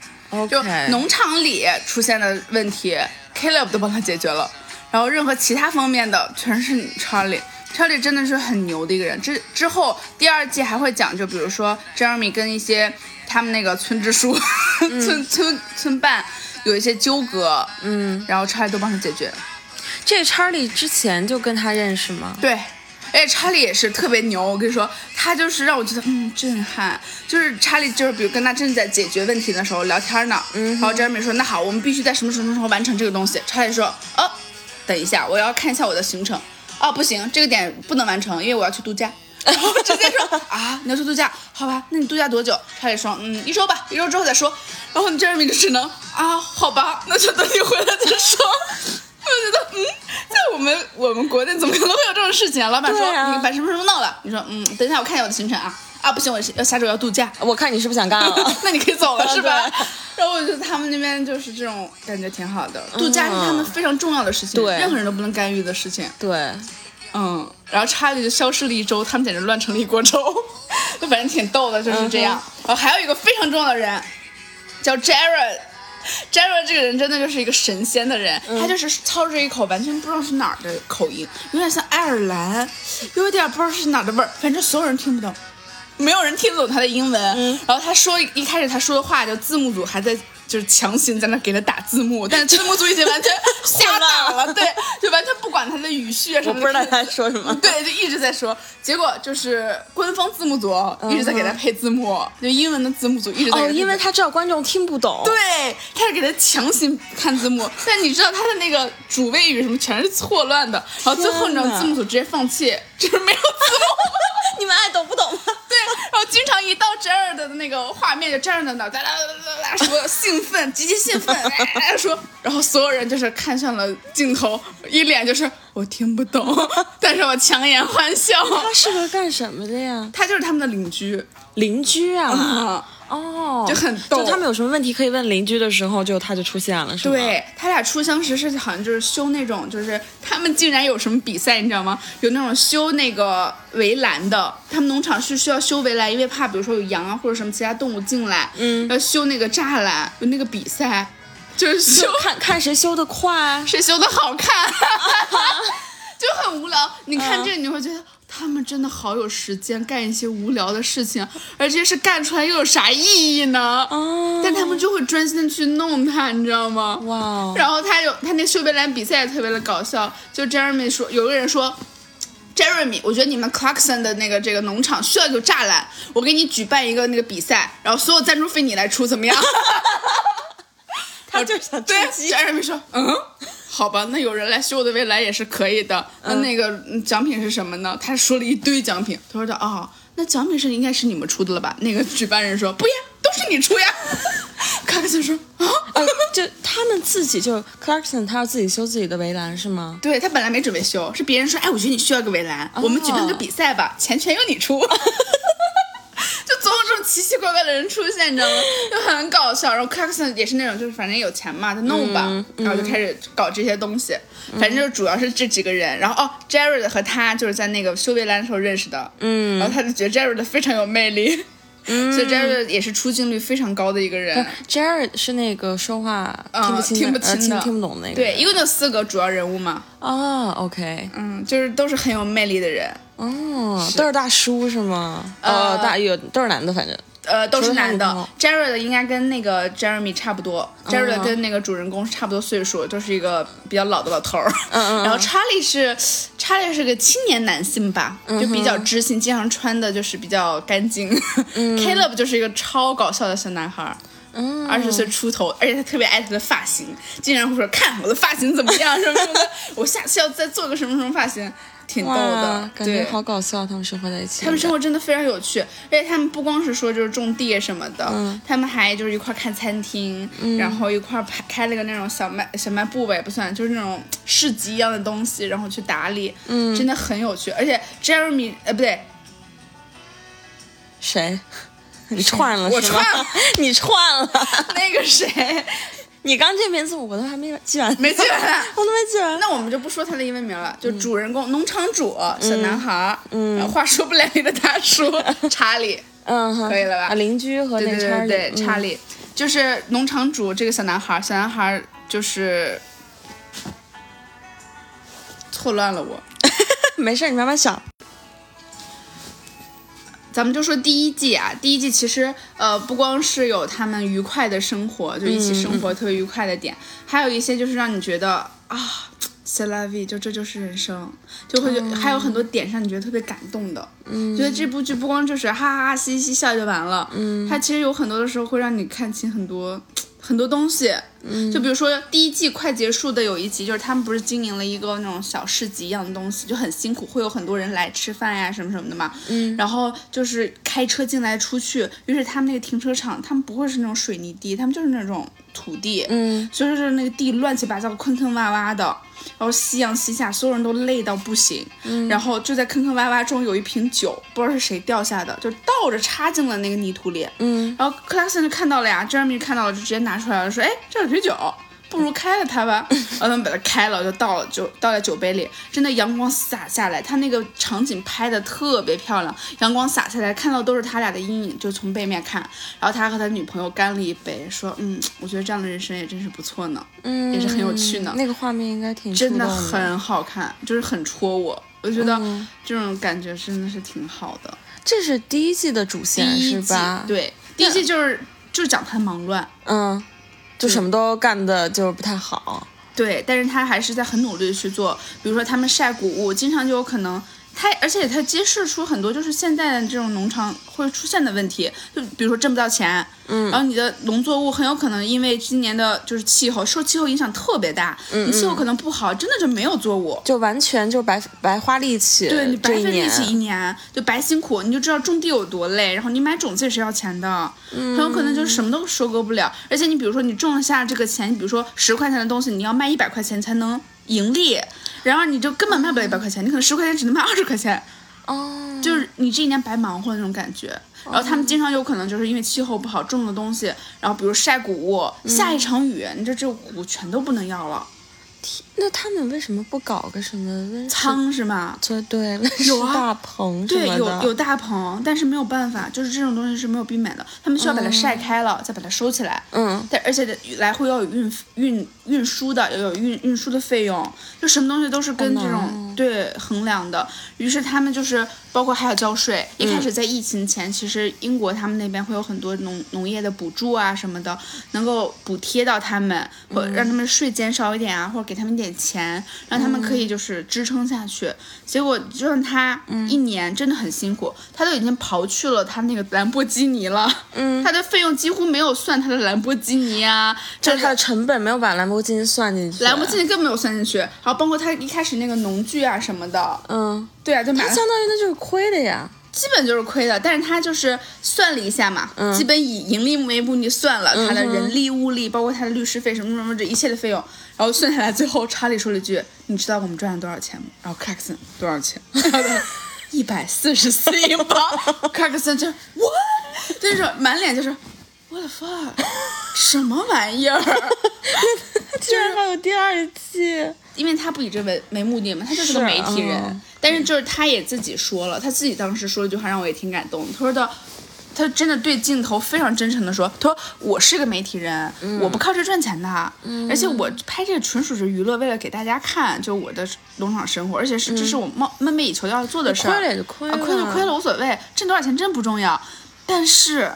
[SPEAKER 1] 就
[SPEAKER 2] ，OK，
[SPEAKER 1] 农场里出现的问题，Caleb 都帮他解决了，然后任何其他方面的全是查理。查理真的是很牛的一个人。之之后第二季还会讲，就比如说 Jeremy 跟一些他们那个村支书、 村村村办有一些纠葛，嗯，然后查理都帮他解决。
[SPEAKER 2] 这个 Charlie 之前就跟他认识吗？
[SPEAKER 1] 对，而且查理也是特别牛，我跟你说，他就是让我觉得嗯震撼，就是查理就是比如跟他正在解决问题的时候聊天呢，嗯，然后 Jeremy 说那好，我们必须在什么什么时候完成这个东西，查理说哦，等一下，我要看一下我的行程，哦不行，这个点不能完成，因为我要去度假。 然后直接说啊，你要去度假，好吧？那你度假多久？查理说，嗯，一周吧，一周之后再说。然后 Jeremy 就只能啊，好吧，那就等你回来再说。我觉得，嗯，在我们我们国内怎么可能会有这种事情啊？老板说、
[SPEAKER 2] 对啊
[SPEAKER 1] 你把什么什么弄了，你说嗯，等一下我看一下我的行程啊啊，不行，我要下周要度假，。
[SPEAKER 2] 我看你是不是想干了
[SPEAKER 1] 那你可以走了是吧
[SPEAKER 2] 嗯啊 对？
[SPEAKER 1] 然后我觉得他们那边就是这种感觉挺好的，度假是他们非常重要的事情，
[SPEAKER 2] 嗯对
[SPEAKER 1] 任何人都不能干预的事情。
[SPEAKER 2] 对，
[SPEAKER 1] 嗯，然后查理就消失了一周，他们简直乱成了一锅粥，就反正挺逗的，就是这
[SPEAKER 2] 嗯
[SPEAKER 1] 样。然后还有一个非常重要的人，叫 Jared。Jared 这个人真的就是一个神仙的人，
[SPEAKER 2] 嗯
[SPEAKER 1] 他就是操着一口完全不知道是哪儿的口音，有点像爱尔兰，又有点不知道是哪儿的味儿，反正所有人听不懂，没有人听得懂他的英文。
[SPEAKER 2] 嗯
[SPEAKER 1] 然后他说一开始他说的话，就字幕组还在就是强行在那给他打字幕，但是字幕组已经 完全瞎打了，对，就完全不管他的语序啊什
[SPEAKER 2] 我
[SPEAKER 1] 么的。
[SPEAKER 2] 不知道他在说什么。
[SPEAKER 1] 对，就一直在说，结果就是官方字幕组哦一直在给他配字幕，哦就英文的字幕组一直在给他
[SPEAKER 2] 嗯哦，
[SPEAKER 1] 配字幕
[SPEAKER 2] 因为他知道观众听不懂。
[SPEAKER 1] 对，他是给他强行看字 幕，但你知道他的那个主谓语什么全是错乱的，然后最后你知道
[SPEAKER 2] 天哪
[SPEAKER 1] 字幕组直接放弃，就是没有字 幕。
[SPEAKER 2] 你们爱懂不懂吗？
[SPEAKER 1] 对，然后经常一到这儿的那个画面，就这样的脑袋啦啦啦啦啦说兴奋，极其兴 奋，哎哎哎说，然后所有人就是看向了镜头，一脸就是我听不懂，但是我强颜欢笑。
[SPEAKER 2] 他适合干什么的呀？
[SPEAKER 1] 他就是他们的邻居
[SPEAKER 2] 邻居啊，
[SPEAKER 1] 啊，
[SPEAKER 2] 哦，
[SPEAKER 1] 就很逗
[SPEAKER 2] 就他们有什么问题可以问邻居的时候，就他就出现了，是吗？，
[SPEAKER 1] 对他俩初相识是好像就是修那种，就是他们竟然有什么比赛，你知道吗？有那种修那个围栏的，他们农场是需要修围栏，因为怕比如说有羊啊或者什么其他动物进来，嗯，要修那个栅栏，有那个比赛，就是修
[SPEAKER 2] 就看看谁修的 快。
[SPEAKER 1] 谁修的好看，就很无聊。你看这个，你会觉得。他们真的好有时间干一些无聊的事情，而且是干出来又有啥意义呢？
[SPEAKER 2] 哦，
[SPEAKER 1] 但他们就会专心的去弄它，你知道吗？
[SPEAKER 2] 哇哦，
[SPEAKER 1] 然后他有他那修边栏比赛也特别的搞笑，就 Jeremy 说，有个人说。Jeremy，我觉得你们 Clarkson 的那个这个农场需要有栅栏，我给你举办一个那个比赛，然后所有赞助费你来出，怎么样？
[SPEAKER 2] 他就是想
[SPEAKER 1] 对啊
[SPEAKER 2] 追 击。
[SPEAKER 1] ，Jeremy 说，嗯，好吧，那有人来修我的围栏也是可以的。那那个嗯奖品是什么呢？他说了一堆奖品，他说的哦，那奖品是应该是你们出的了吧？那个举办人说，不呀，都是你出呀。Clarkson 说，啊，
[SPEAKER 2] 呃，就他们自己就 Clarkson，他要自己修自己的围栏是吗？
[SPEAKER 1] 对他本来没准备修，是别人说，哎，我觉得你需要个围栏，我们举办个
[SPEAKER 2] 哦
[SPEAKER 1] 比赛吧，钱全由你出。 就总有这种奇奇怪怪的人出现，你知道吗？就很搞笑。然后 Clarkson 也是那种，就是反正有钱嘛，就弄吧，
[SPEAKER 2] 嗯
[SPEAKER 1] 然后就开始搞这些东西。反正就主要是这几个人。然后哦，Jared 和他就是在那个修围栏的时候认识的，嗯，然后他就觉得 Jared 非常有魅力。所以 Jared 也是出镜率非常高的一个
[SPEAKER 2] 嗯
[SPEAKER 1] 人。
[SPEAKER 2] Jared 是那个说话听不清、
[SPEAKER 1] 啊听
[SPEAKER 2] 不
[SPEAKER 1] 不清的
[SPEAKER 2] 听听不懂的那个
[SPEAKER 1] 对，
[SPEAKER 2] 人。
[SPEAKER 1] 一共就四个主要人物嘛，
[SPEAKER 2] 啊，OK，
[SPEAKER 1] 嗯，就是都是很有魅力的人，
[SPEAKER 2] 哦，都是大叔是吗？呃，大有都是男的，反正
[SPEAKER 1] 呃，都
[SPEAKER 2] 除
[SPEAKER 1] 是
[SPEAKER 2] 了他
[SPEAKER 1] 男
[SPEAKER 2] 女朋
[SPEAKER 1] 的
[SPEAKER 2] 友。
[SPEAKER 1] Jared 应该跟那个 Jeremy 差不多、j
[SPEAKER 2] 嗯
[SPEAKER 1] a r e d 跟那个主人公差不多岁数，都是一个比较老的老头儿。
[SPEAKER 2] 嗯
[SPEAKER 1] 然后 Charlie 是 Charlie 是个青年男性吧，
[SPEAKER 2] 嗯
[SPEAKER 1] 就比较知性，经常穿的就是比较干净。Caleb
[SPEAKER 2] 嗯
[SPEAKER 1] 就是一个超搞笑的小男孩儿。二十岁出头，而且他特别爱他的发型，经常会说：“看我的发型怎么样，什么什么的， 我下次要再做个什么什么发型，挺逗的
[SPEAKER 2] 哇，，感
[SPEAKER 1] 对。
[SPEAKER 2] 觉好搞笑，他们生活在一起。
[SPEAKER 1] 他们生活真的非常有趣，而且他们不光是说就是种地什么的，他们还就是一块儿看餐厅，然后一块儿拍开了个那种小卖小卖部吧，也不算，就是那种市集一样的东西，然后去打理，嗯，真的很有趣。而且 Jeremy 呃不 对，
[SPEAKER 2] 谁？你串了
[SPEAKER 1] 我
[SPEAKER 2] 是吗
[SPEAKER 1] 串 了，
[SPEAKER 2] 你串了。
[SPEAKER 1] 那个谁
[SPEAKER 2] 你刚这名字我都还没记完，
[SPEAKER 1] 没记完啊
[SPEAKER 2] 我都没记完。
[SPEAKER 1] 那我们就不说他的英文名了，就主人公、农场主小男孩儿，嗯，话说不来的大 叔查理，
[SPEAKER 2] 嗯哼，
[SPEAKER 1] 可以了吧
[SPEAKER 2] 啊邻居和那
[SPEAKER 1] 对
[SPEAKER 2] 个
[SPEAKER 1] 对
[SPEAKER 2] 查
[SPEAKER 1] 对
[SPEAKER 2] 理，
[SPEAKER 1] 对，
[SPEAKER 2] 嗯
[SPEAKER 1] 查理、就是农场主这个小男孩儿，小男孩儿就是错乱了我。
[SPEAKER 2] 没事，你慢慢想。
[SPEAKER 1] 咱们就说第一季啊，第一季其实呃不光是有他们愉快的生活，就一起生活特别愉快的点，还有一些就是让你觉得啊，c'est la vie，就这就是人生，就会觉得、还有很多点让你觉得特别感动的，哦嗯，觉得这部剧不光就是哈哈哈嘻嘻笑就完了，嗯，它其实有很多的时候会让你看清很多。很多东西，就比如说第一季快结束的有一集，就是他们不是经营了一个那种小市集一样的东西，就很辛苦，会有很多人来吃饭呀什么什么的嘛。嗯，然后就是开车进来出去，于是他们那个停车场，他们不会是那种水泥地，他们就是那种土地。
[SPEAKER 2] 嗯，
[SPEAKER 1] 所以就是那个地乱七八糟、坑坑洼洼的，然后夕阳西下，所有人都累到不行。然后就在坑坑洼洼中有一瓶酒，不知道是谁掉下的，就倒着插进了那个泥土里。
[SPEAKER 2] 嗯，
[SPEAKER 1] 然后克拉森就看到了呀，Jeremy 看到了就直接拿出来了，说：“哎，这有啤酒，不如开了它 吧。”然后他们把它开了，就倒了酒，倒在酒杯里。真的阳光洒下来，他那个场景拍的特别漂亮，阳光洒下来，看到都是他俩的阴影，就从背面看。然后他和他女朋友干了一杯，说：“嗯，我觉得这样的人生也真是不错呢，
[SPEAKER 2] 嗯，
[SPEAKER 1] 也是很有趣呢。
[SPEAKER 2] 那个画面应该挺
[SPEAKER 1] 真的
[SPEAKER 2] 触动
[SPEAKER 1] 很好看，就是很戳我。我觉得这种感觉真的是挺好的。
[SPEAKER 2] 这是第一季的主
[SPEAKER 1] 第
[SPEAKER 2] 线
[SPEAKER 1] 一
[SPEAKER 2] 是
[SPEAKER 1] 季
[SPEAKER 2] 吧？，
[SPEAKER 1] 对，第一季就是就是讲他忙乱，
[SPEAKER 2] 嗯，就什么都干的就不太好。
[SPEAKER 1] 对，但是他还是在很努力地去做，比如说他们晒谷物，经常就有可能。他而且他揭示出很多就是现在的这种农场会出现的问题，就比如说挣不到钱，嗯，然后你的农作物很有可能因为今年的就是气候受气候影响特别大，嗯你气候可能不好，真的就没有作物，
[SPEAKER 2] 就完全就白白花力气，
[SPEAKER 1] 对你白
[SPEAKER 2] 呃
[SPEAKER 1] 费
[SPEAKER 2] 这一
[SPEAKER 1] 力
[SPEAKER 2] 年
[SPEAKER 1] 气一年，就白辛苦，你就知道种地有多累。然后你买种子也是要钱的，很有可能就是什
[SPEAKER 2] 嗯
[SPEAKER 1] 么都收割不了。而且你比如说你种了下这个钱，你比如说十块钱的东西，你要卖一百块钱才能盈利，然后你就根本卖不了一百块钱，你可能十块钱只能卖二十块钱，
[SPEAKER 2] 哦，
[SPEAKER 1] 就是你这一年白忙活的那种感觉。然后他们经常有可能就是因为气候不好种的东西，然后比如晒谷物，下一场雨，你这这谷全都不能要了，
[SPEAKER 2] 那他们为什么不搞个什么温室
[SPEAKER 1] 仓是吗？
[SPEAKER 2] 对对，温室
[SPEAKER 1] 有啊
[SPEAKER 2] 大棚什
[SPEAKER 1] 对，
[SPEAKER 2] 么
[SPEAKER 1] 有啊
[SPEAKER 2] 的
[SPEAKER 1] 有大棚，但是没有办法，就是这种东西是没有避免的，他们需要把它晒开了，再把它收起来。
[SPEAKER 2] 嗯，
[SPEAKER 1] 但而且得来回要有运运运输的，要有运运输的费用，就什么东西都是跟这
[SPEAKER 2] 难
[SPEAKER 1] 种、对衡量的。于是他们就是包括还要交税。一开始在疫情前，其实英国他们那边会有很多农农业的补助啊什么的，能够补贴到他们，或让他们税减少一点啊，或者给他们一点钱，让他们可以就是支撑下去。结果就让他一年真的很辛苦，他都已经刨去了他那个兰博基尼了，嗯，他的费用几乎没有算他的兰博基尼啊，
[SPEAKER 2] 就是它的成本没有把兰博基尼算进去，
[SPEAKER 1] 兰博基尼更没有算进去，然后包括他一开始那个农具啊什么的，
[SPEAKER 2] 嗯，
[SPEAKER 1] 对啊，就买
[SPEAKER 2] 它
[SPEAKER 1] 了
[SPEAKER 2] 相当于那就是亏的呀，
[SPEAKER 1] 基本就是亏的，但是他就是算了一下嘛，
[SPEAKER 2] 嗯
[SPEAKER 1] 基本以盈利为目的算了他的人力、物力，包括他的律师费什么什么这一切的费用，然后算下来，最后查理说了一句：“你知道我们赚了多少钱吗？”然后 Clarkson 多少钱？一百四十四英镑。Clarkson 就 what，就是满脸就是 what the fuck，什么玩意儿？
[SPEAKER 2] 居然还有第二季，
[SPEAKER 1] 因为他不以这为为目的嘛，他就是个
[SPEAKER 2] 是
[SPEAKER 1] 媒体人。
[SPEAKER 2] 嗯
[SPEAKER 1] 但是就是他也自己说了，他自己当时说了一句话让我也挺感动的。他说的，他真的对镜头非常真诚的说，他说我是个媒体人，
[SPEAKER 2] 嗯
[SPEAKER 1] 我不靠这赚钱的，而且我拍这个纯属是娱乐，为了给大家看，就我的农场生活，而且是这是我梦梦寐以求要做的事儿，
[SPEAKER 2] 嗯亏了也就亏了
[SPEAKER 1] 啊亏就亏了无所谓，挣多少钱真不重要，但是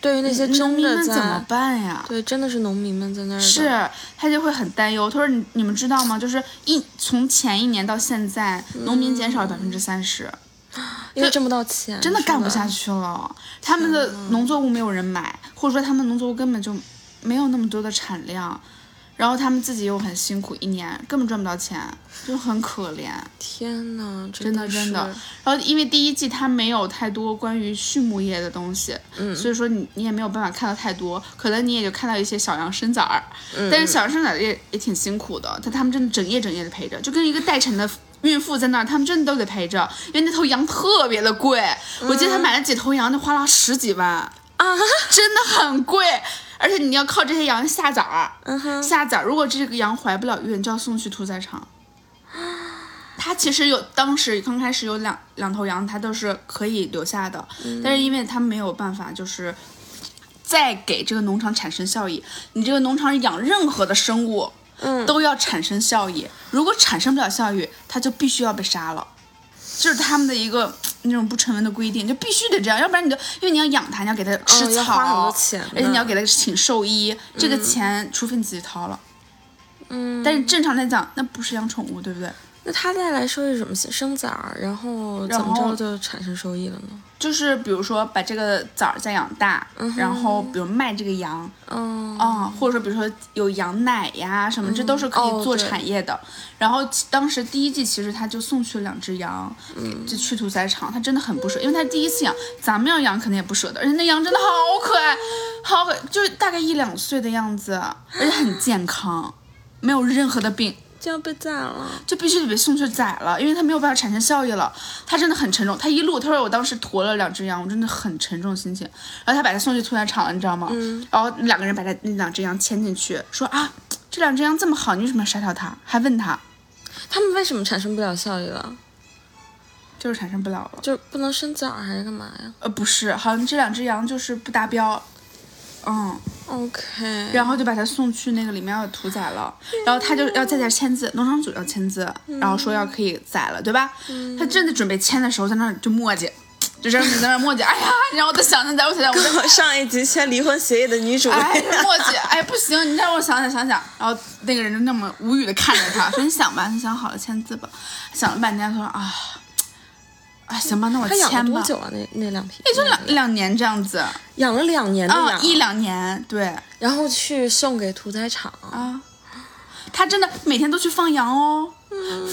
[SPEAKER 2] 对于那些
[SPEAKER 1] 农
[SPEAKER 2] 真
[SPEAKER 1] 民
[SPEAKER 2] 的
[SPEAKER 1] 们
[SPEAKER 2] 在
[SPEAKER 1] 怎么办呀？
[SPEAKER 2] 对，真的是农民们在那儿的
[SPEAKER 1] 是啊他就会很担忧。他说：“你你们知道吗？就是一从前一年到现在，农民减少了百分之三十，
[SPEAKER 2] 因为挣不到钱，
[SPEAKER 1] 真的干不下
[SPEAKER 2] 去。
[SPEAKER 1] 去了。他们的农作物没有人买，或者说他们农作物根本就没有那么多的产量，然后他们自己又很辛苦，一年根本赚不到钱，就很可怜。
[SPEAKER 2] 天呐，
[SPEAKER 1] 真的
[SPEAKER 2] 是
[SPEAKER 1] 真的。然后因为第一季它没有太多关于畜牧业的东西，所以说你你也没有办法看到太多，可能你也就看到一些小羊生崽儿，但是小羊生崽儿也也挺辛苦的，但他们真的整夜整夜的陪着，就跟一个待产的。孕妇在那儿，他们真的都得陪着，因为那头羊特别的贵。我记得他买了几头羊，就花了十几万啊，真的很贵。而且你要靠这些羊下崽儿，
[SPEAKER 2] 嗯哼，
[SPEAKER 1] 下崽儿，如果这个羊怀不了孕，就要送去屠宰场。它其实有，当时刚开始有两两头羊，它都是可以留下的，
[SPEAKER 2] 嗯
[SPEAKER 1] 但是因为它没有办法，就是再给这个农场产生效益。你这个农场养任何的生物，
[SPEAKER 2] 嗯
[SPEAKER 1] 都要产生效益。如果产生不了效益，它就必须要被杀了，就是他们的一个那种不成文的规定，就必须得这样，要不然你就因为你要养它，你要给它吃
[SPEAKER 2] 哦要
[SPEAKER 1] 草，
[SPEAKER 2] 花很多钱嗯
[SPEAKER 1] 而且你
[SPEAKER 2] 呢
[SPEAKER 1] 要给它请兽医，这个钱除非你自己掏了。
[SPEAKER 2] 嗯。
[SPEAKER 1] 但是正常来讲，那不是养宠物，对不对？
[SPEAKER 2] 那他再来说是什么生崽儿，然后怎
[SPEAKER 1] 然
[SPEAKER 2] 么
[SPEAKER 1] 后哦
[SPEAKER 2] 着就产生收益了呢？
[SPEAKER 1] 就是比如说把这个崽儿再养大，然后比如卖这个羊
[SPEAKER 2] 嗯，
[SPEAKER 1] 啊、或者说比如说有羊奶呀什么，这都是可
[SPEAKER 2] 哦
[SPEAKER 1] 以做
[SPEAKER 2] 对
[SPEAKER 1] 产业的。然后其当时第一季其实他就送去了两只羊，
[SPEAKER 2] 嗯
[SPEAKER 1] 就去屠宰场，他真的很不舍，因为他第一次养，咱们要养肯定也不舍得，而且那羊真的好可爱，好可就是大概一两岁的样子，而且很健康，没有任何的病。
[SPEAKER 2] 就要被宰了。
[SPEAKER 1] 就必须得被送去宰了，因为它没有办法产生效益了。它真的很沉重，它一路他说我当时驮了两只羊，我真的很沉重心情。然后他把它送去屠宰场了，你知道吗？然后两个人把它那两只羊牵进去，说啊，这两只羊这么好，你为什么要杀掉它？还问他，
[SPEAKER 2] 他们为什么产生不了效益了？
[SPEAKER 1] 就是产生不了了。
[SPEAKER 2] 就不能生崽儿还是干嘛呀
[SPEAKER 1] 呃，不是，好像这两只羊就是不达标。嗯，
[SPEAKER 2] ？OK，
[SPEAKER 1] 然后就把它送去那个里面要屠宰了，然后他就要在这儿签字，农场主要签字，然后说要可以宰了，对吧？他正在准备签的时候，在那儿就磨叽，就在那儿在那儿磨叽，哎呀，你让我再想想，再让我想想，我再
[SPEAKER 2] 跟我 上一集签离婚协议的女主，
[SPEAKER 1] 哎，墨迹，哎，不行，你再让我想想想想。然后那个人就那么无语的看着他，说：“你想吧，你想好了签字吧。”想了半天，他说：“啊，啊，行吧，那我
[SPEAKER 2] 他养了
[SPEAKER 1] 签
[SPEAKER 2] 多
[SPEAKER 1] 吧。”哎
[SPEAKER 2] 久啊？那那两匹？
[SPEAKER 1] 也就两两年这样子啊、
[SPEAKER 2] 养了两年的羊，
[SPEAKER 1] 一两年，对
[SPEAKER 2] 然后去送给屠宰场。
[SPEAKER 1] 啊。他真的每天都去放羊哦，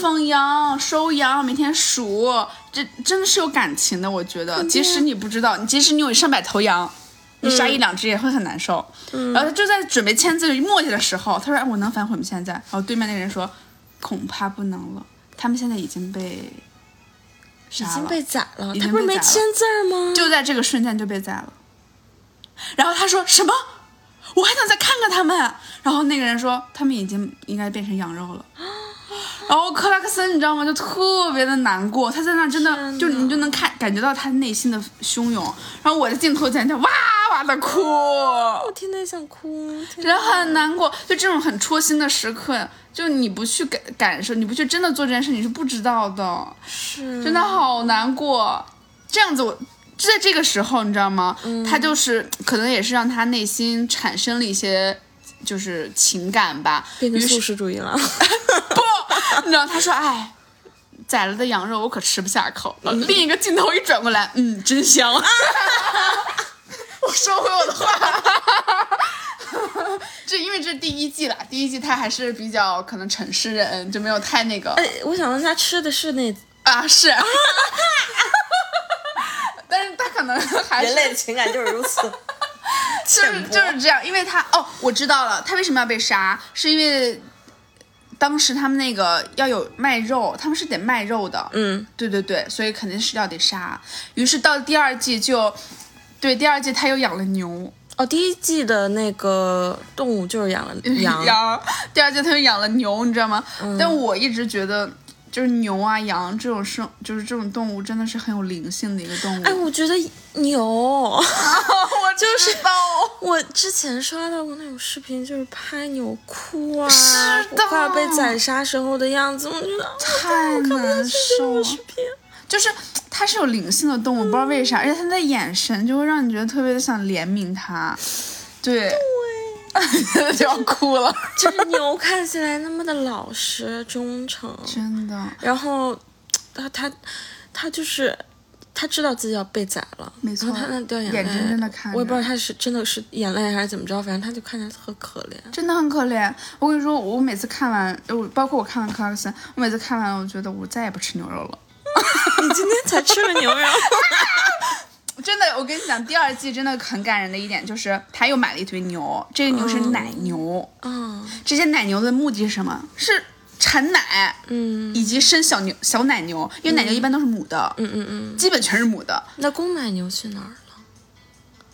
[SPEAKER 1] 放羊、收羊，每天数，这真的是有感情的。我觉得，即使你不知道，即使你有上百头羊，
[SPEAKER 2] 嗯
[SPEAKER 1] 你杀一两只也会很难受。然后他就在准备签字默契的时候，他说：“哎，我能反悔吗？现在？”然后对面那个人说：“恐怕不能了，他们现在已经被
[SPEAKER 2] 已
[SPEAKER 1] 杀
[SPEAKER 2] 经
[SPEAKER 1] 了。
[SPEAKER 2] 被宰了，
[SPEAKER 1] 已
[SPEAKER 2] 他
[SPEAKER 1] 经
[SPEAKER 2] 不是
[SPEAKER 1] 被
[SPEAKER 2] 没
[SPEAKER 1] 宰了
[SPEAKER 2] 签字儿吗？
[SPEAKER 1] 就在这个瞬间就被宰了。然后他说什么？我还想再看看他们。然后那个人说他们已经应该变成羊肉了。然后克拉克森你知道吗？就特别的难过，他在那儿真的
[SPEAKER 2] 天
[SPEAKER 1] 就你就能看感觉到他内心的汹涌。然后我的镜头前就哇哇的哭，
[SPEAKER 2] 我天呐，也想哭，天
[SPEAKER 1] 人
[SPEAKER 2] 呐
[SPEAKER 1] 很难过。就这种很戳心的时刻，就你不去感感受，你不去真的做这件事，你是不知道的。
[SPEAKER 2] 是
[SPEAKER 1] 真的好难过。这样子我。就在这个时候，你知道吗？
[SPEAKER 2] 嗯
[SPEAKER 1] 他就是可能也是让他内心产生了一些就是情感吧。
[SPEAKER 2] 变成
[SPEAKER 1] 于
[SPEAKER 2] 素
[SPEAKER 1] 是
[SPEAKER 2] 食主义了。
[SPEAKER 1] 你知道，他说：“哎，宰了的羊肉我可吃不下口了。另一个镜头一转过来，嗯，真香。 我收回我的话， 这因为这是第一季啦，第一季他还是比较可能城市人，就没有太那个。
[SPEAKER 2] 哎，我想问他吃的是那
[SPEAKER 1] 啊，是。 但是他可能还是
[SPEAKER 2] 的情感就是如此。
[SPEAKER 1] 就是就是这样，因为他哦，我知道了，他为什么要被杀，是因为当时他们那个要有卖肉，他们是得卖肉的，
[SPEAKER 2] 嗯，
[SPEAKER 1] 对对对，所以肯定是要得杀。于是到第二季就，对第二季他又养了牛
[SPEAKER 2] 哦，第一季的那个动
[SPEAKER 1] 嗯
[SPEAKER 2] 物就是养了嗯羊，
[SPEAKER 1] 第二季他又养了牛，你知道吗？但我一直觉得就是牛啊、羊这种生，就是这种动物真的是很有灵性的一个动物。
[SPEAKER 2] 哎，我觉得牛，
[SPEAKER 1] 我就是道，
[SPEAKER 2] 我之前刷到过那种视频，就是拍牛哭啊
[SPEAKER 1] 是，的
[SPEAKER 2] 快要被宰杀时候的样子，我觉得啊
[SPEAKER 1] 太难受了。
[SPEAKER 2] 视频。
[SPEAKER 1] 就是它是有灵性的动物，不知道为啥，而且它的眼神就会让你觉得特别的想怜悯它，对， 就要哭了，
[SPEAKER 2] 就是牛看起来那么的老实忠诚，
[SPEAKER 1] 真的
[SPEAKER 2] 然后他他他就是他知道自己要被宰了，
[SPEAKER 1] 没错
[SPEAKER 2] 然后他那掉泪，
[SPEAKER 1] 眼睁睁地看着
[SPEAKER 2] 我也不知道他是真的是眼泪还是怎么着，反正他就看起来特可怜。
[SPEAKER 1] 真的很可怜。我跟你说，我每次看完，呃我包括我看完克拉克森，我每次看完，我觉得我再也不吃牛肉了。
[SPEAKER 2] 你今天才吃了牛肉，
[SPEAKER 1] 真的，我跟你讲，第二季真的很感人的一点就是，他又买了一堆牛，这个牛是奶牛，
[SPEAKER 2] 嗯
[SPEAKER 1] 这些奶牛的目的是什么？是产奶，
[SPEAKER 2] 嗯
[SPEAKER 1] 以及生小牛、小奶牛，因为奶牛一般都是母的，
[SPEAKER 2] 嗯嗯嗯，
[SPEAKER 1] 基本全是母的，
[SPEAKER 2] 那公奶牛去哪儿了？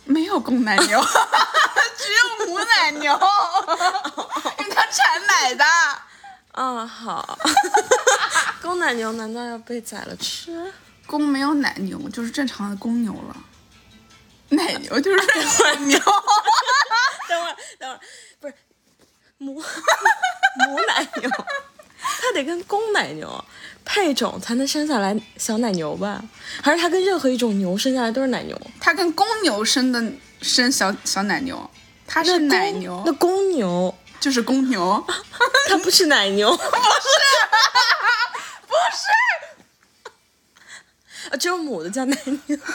[SPEAKER 1] 没有公 奶牛，只有母奶牛，因为它产奶的。
[SPEAKER 2] 啊、好，公奶牛难道要被宰了吃？
[SPEAKER 1] 公没有奶牛，就是正常的公牛了。奶牛就是母牛，
[SPEAKER 2] 等会儿，等会儿，不是母 母奶牛，它得跟公奶牛配种才能生下来小奶牛吧？还是它跟任何一种牛生下来都是奶牛？
[SPEAKER 1] 它跟公牛生的生小小奶牛，它是
[SPEAKER 2] 那公
[SPEAKER 1] 奶牛
[SPEAKER 2] 那，公牛
[SPEAKER 1] 就是公牛。
[SPEAKER 2] 它不是奶牛，啊不是，不是，只有母的叫奶 牛。那公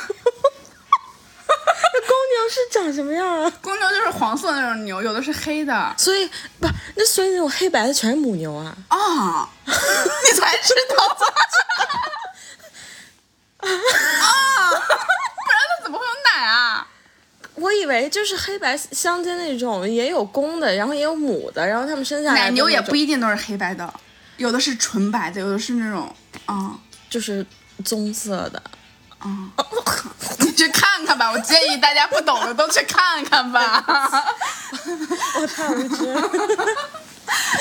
[SPEAKER 2] 牛是长什么样啊？
[SPEAKER 1] 公牛就是黄色的那种牛，有的是黑的啊。
[SPEAKER 2] 所以不，那所以那种黑白的全是母牛啊？
[SPEAKER 1] 哦 你才知 道啊，不然它怎么会有奶啊？
[SPEAKER 2] 我以为就是黑白相间那种，也有公的，然后也有母的，然后他们生下来
[SPEAKER 1] 奶牛也不
[SPEAKER 2] 一
[SPEAKER 1] 一定都是黑白的，有的是纯白的，有的是那种啊
[SPEAKER 2] 就是棕色的。
[SPEAKER 1] 啊、 你去看看吧。我建议大家不懂的都去看看吧。
[SPEAKER 2] 我太无知了。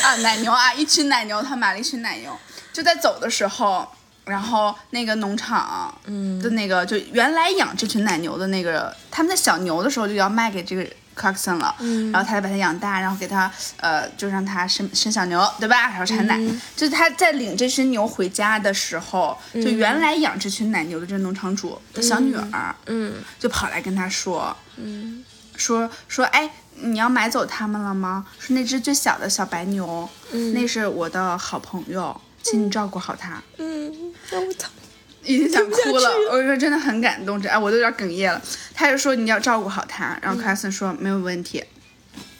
[SPEAKER 1] 啊，奶牛啊，一群奶牛，他买了一群奶牛，就在走的时候，然后那个农场，嗯，的那个就原来养这群奶牛的那个，他们在小牛的时候就要卖给这个 Clarkson 了，嗯，然后他就把它养大，然后给它，呃，就让它生生小牛，对吧？然后产奶，就是他在领这群牛回家的时候，就原来养这群奶牛的这农场主的小女儿，
[SPEAKER 2] 嗯
[SPEAKER 1] 就跑来跟他说，
[SPEAKER 2] 嗯
[SPEAKER 1] 说说，哎，你要买走它们了吗？说那只最小的小白牛，那是我的好朋友，请你照顾好它。
[SPEAKER 2] 嗯，那我操，
[SPEAKER 1] 已经想
[SPEAKER 2] 听
[SPEAKER 1] 哭
[SPEAKER 2] 不下
[SPEAKER 1] 了
[SPEAKER 2] 去，
[SPEAKER 1] 我跟你说真的很感动，这哎我都有点哽咽了。他就说你要照顾好它，
[SPEAKER 2] 嗯
[SPEAKER 1] 然后 c l a s o n 说没有问题，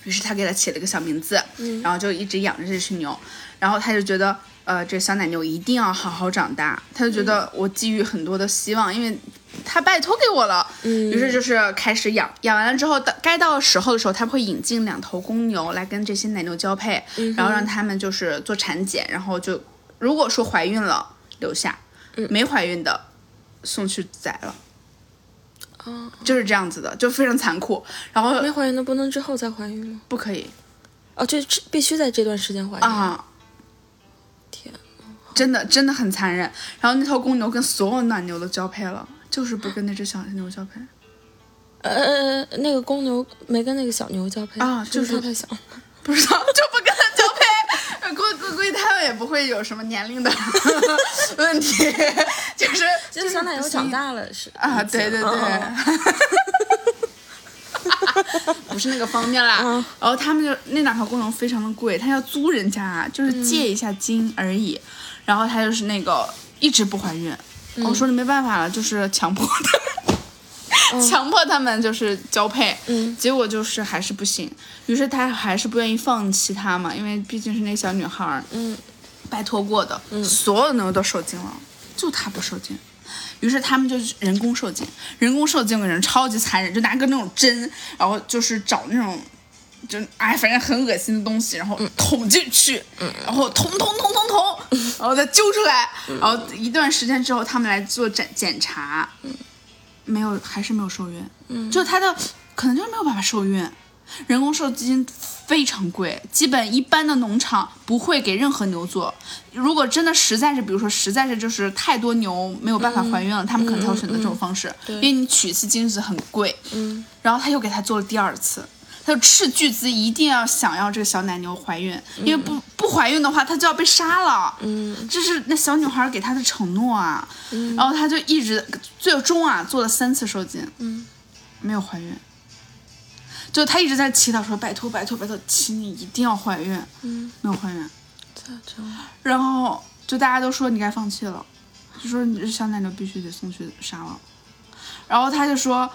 [SPEAKER 1] 于是他给它起了个小名字，
[SPEAKER 2] 嗯
[SPEAKER 1] 然后就一直养着这群牛，然后他就觉得呃这小奶牛一定要好好长大，他就觉得
[SPEAKER 2] 嗯
[SPEAKER 1] 我寄予很多的希望，因为他拜托给我了，
[SPEAKER 2] 嗯
[SPEAKER 1] 于是就是开始养，养完了之后，到该到时候的时候，他们会引进两头公牛来跟这些奶牛交配，
[SPEAKER 2] 嗯
[SPEAKER 1] 然后让他们就是做产检，然后就如果说怀孕了留下，
[SPEAKER 2] 嗯
[SPEAKER 1] 没怀孕的送去宰了，
[SPEAKER 2] 哦，
[SPEAKER 1] 就是这样子的，就非常残酷，然后
[SPEAKER 2] 没怀孕的不能之后再怀孕吗？
[SPEAKER 1] 不可以
[SPEAKER 2] 哦，这这必须在这段时间怀孕。
[SPEAKER 1] 啊。
[SPEAKER 2] 嗯天，
[SPEAKER 1] 真的真的很残忍。然后那头公牛跟所有暖牛都交配了，就是不跟那只小牛交 配。
[SPEAKER 2] 呃，那个公牛没跟那个小牛交配
[SPEAKER 1] 啊
[SPEAKER 2] 是
[SPEAKER 1] 就
[SPEAKER 2] 不
[SPEAKER 1] 是
[SPEAKER 2] 它太小。
[SPEAKER 1] 不知道，就不跟他交配。 估估估计他们也不会有什么年龄的 问题， 就是
[SPEAKER 2] 就是小奶牛长大了是
[SPEAKER 1] 啊，对对
[SPEAKER 2] 嗯
[SPEAKER 1] 对。不是那个方面啦，
[SPEAKER 2] 嗯
[SPEAKER 1] 然后他们就那两条公牛非常的贵，他要租人家，就是借一下金而已。然后他就是那个一直不怀孕，我说你没办法了，就是强迫他 强迫他们就是交配，
[SPEAKER 2] 嗯
[SPEAKER 1] 结果就是还是不行，于是他还是不愿意放弃她嘛，因为毕竟是那小女孩儿
[SPEAKER 2] 嗯
[SPEAKER 1] 拜托过的，所有的牛都受精了，就她不受精。于是他们就人工受精，人工受精的人超级残忍，就拿个那种针，然后就是找那种，就哎，反正很恶心的东西，然后捅进去，然后捅捅捅捅捅，然后再揪出来，然后一段时间之后，他们来做检检查，没有，还是没有受孕，嗯，就是他的可能就是没有办法受孕，人工授基因非常贵，基本一般的农场不会给任何牛做。如果真的实在是，比如说实在是就是太多牛没有办法怀孕了，他们可能才会选择这种方式，
[SPEAKER 2] 对
[SPEAKER 1] 因为你取一次精子很贵。嗯，然后他又给他做了第二次。他就斥巨资，一定要想要这个小奶牛怀孕，因为不不怀孕的话，他就要被杀了。嗯，这是那小女孩给他的承诺啊。嗯、然后他就一直最终啊做了三次受精，嗯，没有怀孕。就他一直在祈祷说：“拜托，拜托，拜托，请你一定要怀孕。”嗯，没有怀孕。
[SPEAKER 2] 嗯
[SPEAKER 1] 然后就大家都说你该放弃了，就说你这小奶牛必须得送去杀了。然后他就说：“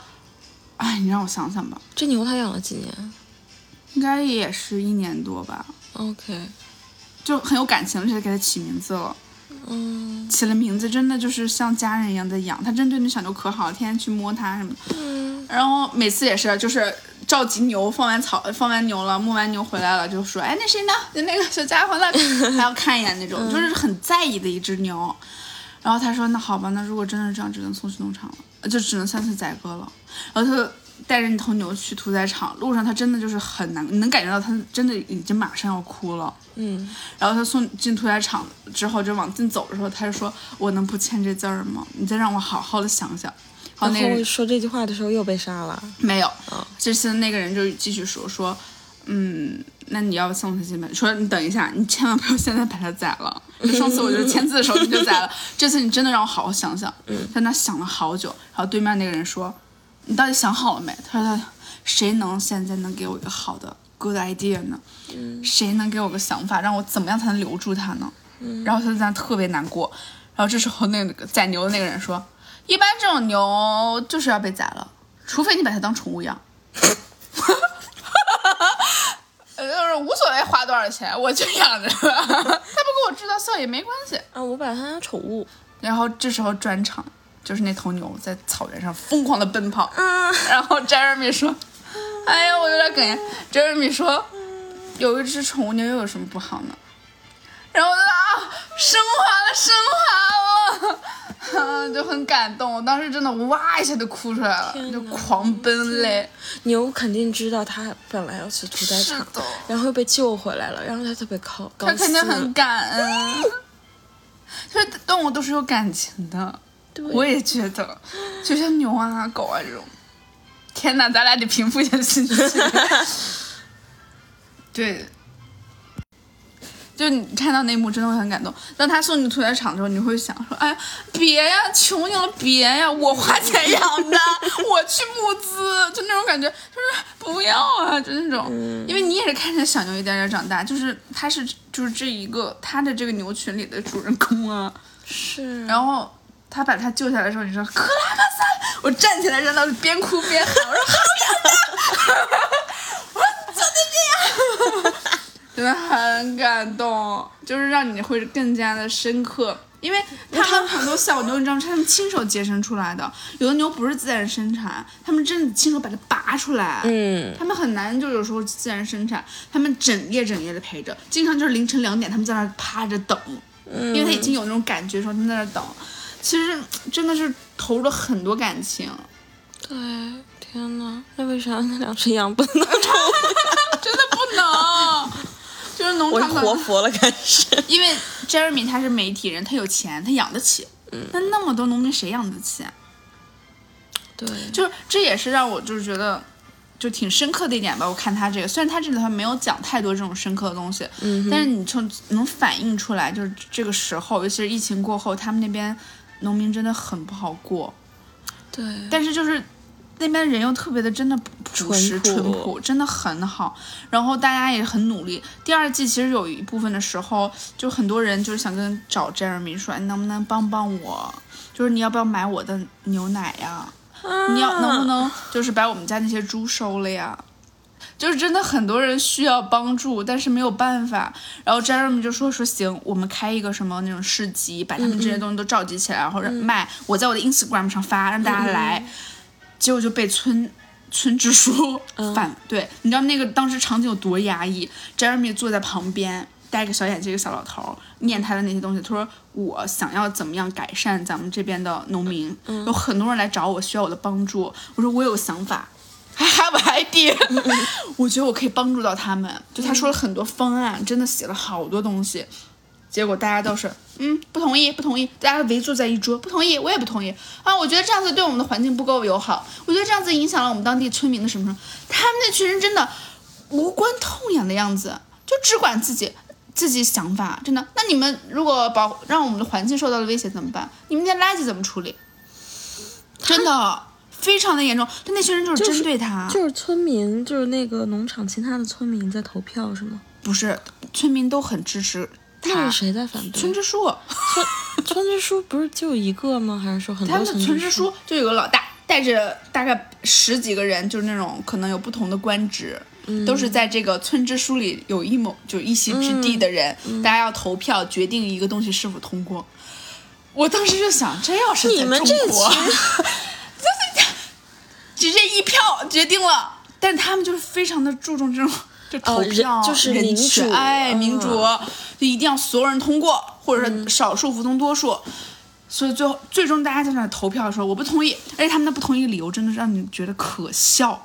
[SPEAKER 1] 哎，你让我想想吧，
[SPEAKER 2] 这牛他养了几年
[SPEAKER 1] 应该也是一年多吧，
[SPEAKER 2] ？OK，
[SPEAKER 1] 就很有感情，而且给它起名字了。”
[SPEAKER 2] 嗯
[SPEAKER 1] 起了名字，真的就是像家人一样在养。他真对那小牛可好，天天去摸它什么的。然后每次也是，啊就是召集牛，放完草，放完牛了，牧完牛回来了，就说：“哎，那谁呢？就那个小家伙呢？ 还要看一眼那种，就是很在意的一只牛。”然后他说：“那好吧，那如果真的这样，只能送去农场了，呃就只能三次宰割了。”然后他就带着那头牛去屠宰场，路上他真的就是很难，你能感觉到他真的已经马上要哭了。
[SPEAKER 2] 嗯，
[SPEAKER 1] 然后他送进屠宰场之后，就往进走的时候，他就说：“我能不签这字儿吗？你再让我好好的想想。”好，
[SPEAKER 2] 然
[SPEAKER 1] 那个
[SPEAKER 2] 后
[SPEAKER 1] 人
[SPEAKER 2] 说这句话的时候又被杀了。
[SPEAKER 1] 没有。这次那个人就继续说说：“嗯，那你要不送他进门？说你等一下，你千万不要现在把他宰了。就上次我就签字的时候你就宰了，这次你真的让我好好想想。”在那想了好久，然后对面那个人说：“你到底想好了没？”他说：“谁能现在能给我一个好的 good idea 呢？谁能给我个想法，让我怎么样才能留住他呢？”然后他就在那特别难过。然后这时候那个宰牛的那个人说：“一般这种牛就是要被宰了，除非你把它当宠物养。”呃，就是无所谓花多少钱，我就养着，它不给我制造效益没关系。
[SPEAKER 2] 啊，我把它当宠物。
[SPEAKER 1] 然后这时候转场就是那头牛在草原上疯狂的奔跑，
[SPEAKER 2] 啊，
[SPEAKER 1] 然后 Jeremy 说：“哎呀，我有点哽咽。”Jeremy 说：“有一只宠物牛又有什么不好呢？”然后我就啊，升华了，升华了， 啊就很感动。我当时真的哇一下就哭出来了，就狂奔嘞。
[SPEAKER 2] 牛肯定知道它本来要去屠宰场
[SPEAKER 1] 是的，
[SPEAKER 2] 然后又被救回来了，然后它特别高高
[SPEAKER 1] 他
[SPEAKER 2] 兴。
[SPEAKER 1] 肯定很感恩，就是动物都是有感情的。
[SPEAKER 2] 对，
[SPEAKER 1] 我也觉得，就像牛啊、狗啊这种。天哪，咱俩得平复一下 心情。对，就你看到那一幕，真的会很感动。当他送你屠宰场之后，你会想说：“哎，别呀，求你了，别呀，我花钱养的，我去募资，就那种感觉，就是不要啊，就那种。因为你也是看着小牛一点点长大，就是他是就是这一个他的这个牛群里的主人公啊。”
[SPEAKER 2] 是。
[SPEAKER 1] 然后他把他救下来的时候，你说克拉克萨，我站起来站到边哭边喊，我说好痒啊！我怎么这样？真的很感动，就是让你会更加的深刻。因为他们很多小牛，你知道吗？是他们亲手接生出来的，有的牛不是自然生产，他们真的亲手把它拔出来。
[SPEAKER 2] 嗯，
[SPEAKER 1] 他们很难，就有时候自然生产，他们整夜整夜的陪着，经常就是凌晨两点，他们在那儿趴着等，因为他已经有那种感觉，说他们在那儿等，其实真的是投入了很多感情，
[SPEAKER 2] 对，天哪，那为啥那两只羊不 能当宠
[SPEAKER 1] 真的不能， 就是农
[SPEAKER 2] 物？我
[SPEAKER 1] 场
[SPEAKER 2] 活
[SPEAKER 1] 的，
[SPEAKER 2] 佛了，开始。
[SPEAKER 1] 因为 Jeremy 他是媒体人，他有钱，他养得起，那那么多农民谁养得起啊？
[SPEAKER 2] 对，
[SPEAKER 1] 就是这也是让我就是觉得就挺深刻的一点吧。我看他这个，虽然他这里头没有讲太多这种深刻的东西，但是你从能反映出来，就是这个时候，尤其是疫情过后，他们那边农民真的很不好过，
[SPEAKER 2] 对，
[SPEAKER 1] 但是就是。那边人又特别的，真的朴朴实
[SPEAKER 2] 淳
[SPEAKER 1] 淳
[SPEAKER 2] 朴
[SPEAKER 1] 朴，真的很好。然后大家也很努力。第二季其实有一部分的时候，就很多人就是想跟找 Jeremy 说，哎，能不能帮帮我？就是你要不要买我的牛奶呀、
[SPEAKER 2] 啊
[SPEAKER 1] 你要能不能就是把我们家那些猪收了呀？就是真的很多人需要帮助，但是没有办法。然后 Jeremy 就说说行，我们开一个什么那种市集，把他们这些东西都召集起来，然后让卖。我在我的 Instagram 上发，让大家来。结 果就被村村支书反对。你知道那个当时场景有多压抑？Jeremy 坐在旁边，戴个小眼镜，一个小老头儿，念他的那些东西。他说：“我想要怎么样改善咱们这边的农民？有很多人来找我，需要我的帮助。我说我有想法。”还 have idea，我觉得我可以帮助到他们。就他说了很多方案，真的写了好多东西，结果大家都是嗯不同意，不同意，大家围坐在一桌，不同意，我也不同意啊。我觉得这样子对我们的环境不够友好，我觉得这样子影响了我们当地村民的什么什么。他们那群人真的无关痛痒的样子，就只管自己。自己想法真的，那你们如果保让我们的环境受到了威胁怎么办？你们那垃圾怎么处理？真的非常的严重，就那群人就是针对他，
[SPEAKER 2] 就是村民，就是那个农场其他的村民在投票是吗？
[SPEAKER 1] 不是村民都很支持
[SPEAKER 2] 那
[SPEAKER 1] 他。
[SPEAKER 2] 是谁在反对？
[SPEAKER 1] 村支书，
[SPEAKER 2] 村村支书不是就一个吗？还是说很
[SPEAKER 1] 他
[SPEAKER 2] 多
[SPEAKER 1] 们的村支
[SPEAKER 2] 支？
[SPEAKER 1] 书就有个老大，带着大概十几个人，就是那种可能有不同的官职，
[SPEAKER 2] 嗯
[SPEAKER 1] 都是在这个村支书里有一某就是一席之地
[SPEAKER 2] 嗯
[SPEAKER 1] 的人，大家要投票决定一个东西是否通过。我当时就想，这要是在
[SPEAKER 2] 你们这
[SPEAKER 1] 中国
[SPEAKER 2] 群
[SPEAKER 1] 直接一票决定了，但是他们就是非常的注重这种就投
[SPEAKER 2] 哦
[SPEAKER 1] 票、
[SPEAKER 2] 人就是
[SPEAKER 1] 人
[SPEAKER 2] 民
[SPEAKER 1] 权
[SPEAKER 2] 主
[SPEAKER 1] 哎，
[SPEAKER 2] 嗯
[SPEAKER 1] 民主就一定要所有人通过，或者是少数服从多数。所以最后最终大家在那儿投票的时候，我不同意，而且他们的不同意理由真的是让你觉得可笑。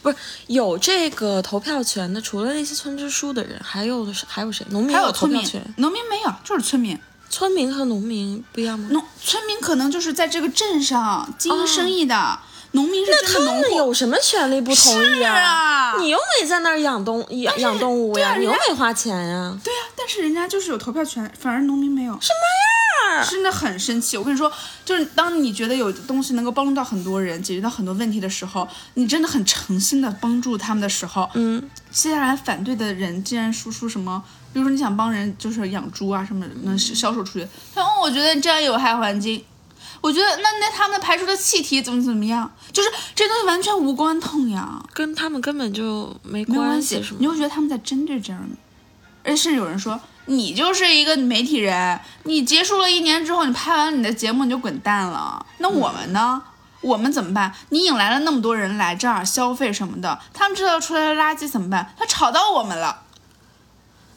[SPEAKER 2] 不是有这个投票权的，除了那些村支书的人，还有的是还有谁？农民
[SPEAKER 1] 还有
[SPEAKER 2] 投
[SPEAKER 1] 村
[SPEAKER 2] 票
[SPEAKER 1] 民
[SPEAKER 2] 权，，
[SPEAKER 1] 农民没有，就是村民。
[SPEAKER 2] 村民和农哦民不一样吗？
[SPEAKER 1] 农村民可能就是在这个镇上经营生意的，农民是真
[SPEAKER 2] 他
[SPEAKER 1] 的农
[SPEAKER 2] 们
[SPEAKER 1] 户。
[SPEAKER 2] 有什么权利不同意
[SPEAKER 1] 是啊
[SPEAKER 2] 你又没在那儿养动养养动物
[SPEAKER 1] 对
[SPEAKER 2] 呀，
[SPEAKER 1] 啊
[SPEAKER 2] 你又
[SPEAKER 1] 人家
[SPEAKER 2] 没花钱呀。
[SPEAKER 1] 对呀、啊但是人家就是有投票权，反而农民没有。什么呀？真的很生气。我跟你说，就是当你觉得有东西能够帮助到很多人，解决到很多问题的时候，你真的很诚心的帮助他们的时候，
[SPEAKER 2] 嗯，
[SPEAKER 1] 接下来反对的人竟然说出什么，比如说你想帮人就是养猪啊什么的能销售出去，他说哦，我觉得这样有害环境。我觉得那那他们排出的气体怎么怎么样，就是这东西完全无关痛痒，
[SPEAKER 2] 跟他们根本就没
[SPEAKER 1] 没有关
[SPEAKER 2] 系，
[SPEAKER 1] 系
[SPEAKER 2] 是。吗
[SPEAKER 1] 你？会觉得他们在针对 Jeremy，而且哎甚至有人说你就是一个媒体人，你结束了一年之后，你拍完你的节目你就滚蛋了。那我们呢？我们怎么办？你引来了那么多人来这儿消费什么的，他们制造出来的垃圾怎么办？他吵到我们了，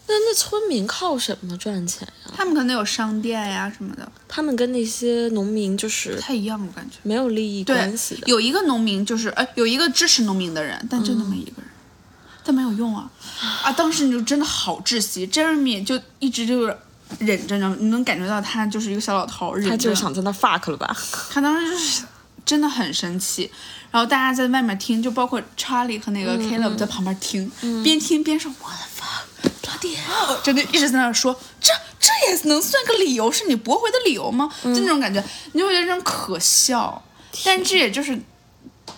[SPEAKER 2] 那那村民靠什么赚钱呀？
[SPEAKER 1] 他们可能有商店呀什么的，
[SPEAKER 2] 他们跟那些农民就是
[SPEAKER 1] 不太一样，我感觉。
[SPEAKER 2] 没有利益关系的。
[SPEAKER 1] 有一个农民就是，呃，有一个支持农民的人，但就那么一个人，但没有用啊！啊，当时你就真的好窒息，Jeremy 就一直就是忍着，呢，你能感觉到他就是一个小老头儿，忍着
[SPEAKER 2] 他就是想在那儿 fuck 了吧？
[SPEAKER 1] 他当时就是真的很生气，然后大家在外面听，就包括查理和那个
[SPEAKER 2] 嗯
[SPEAKER 1] Caleb 在旁边听，边听边说我的 fuck，抓点，真的一直在那儿说这这也能算个理由，是你驳回的理由吗？
[SPEAKER 2] 嗯
[SPEAKER 1] 就那种感觉，你就会觉得这种可笑，但这也就是。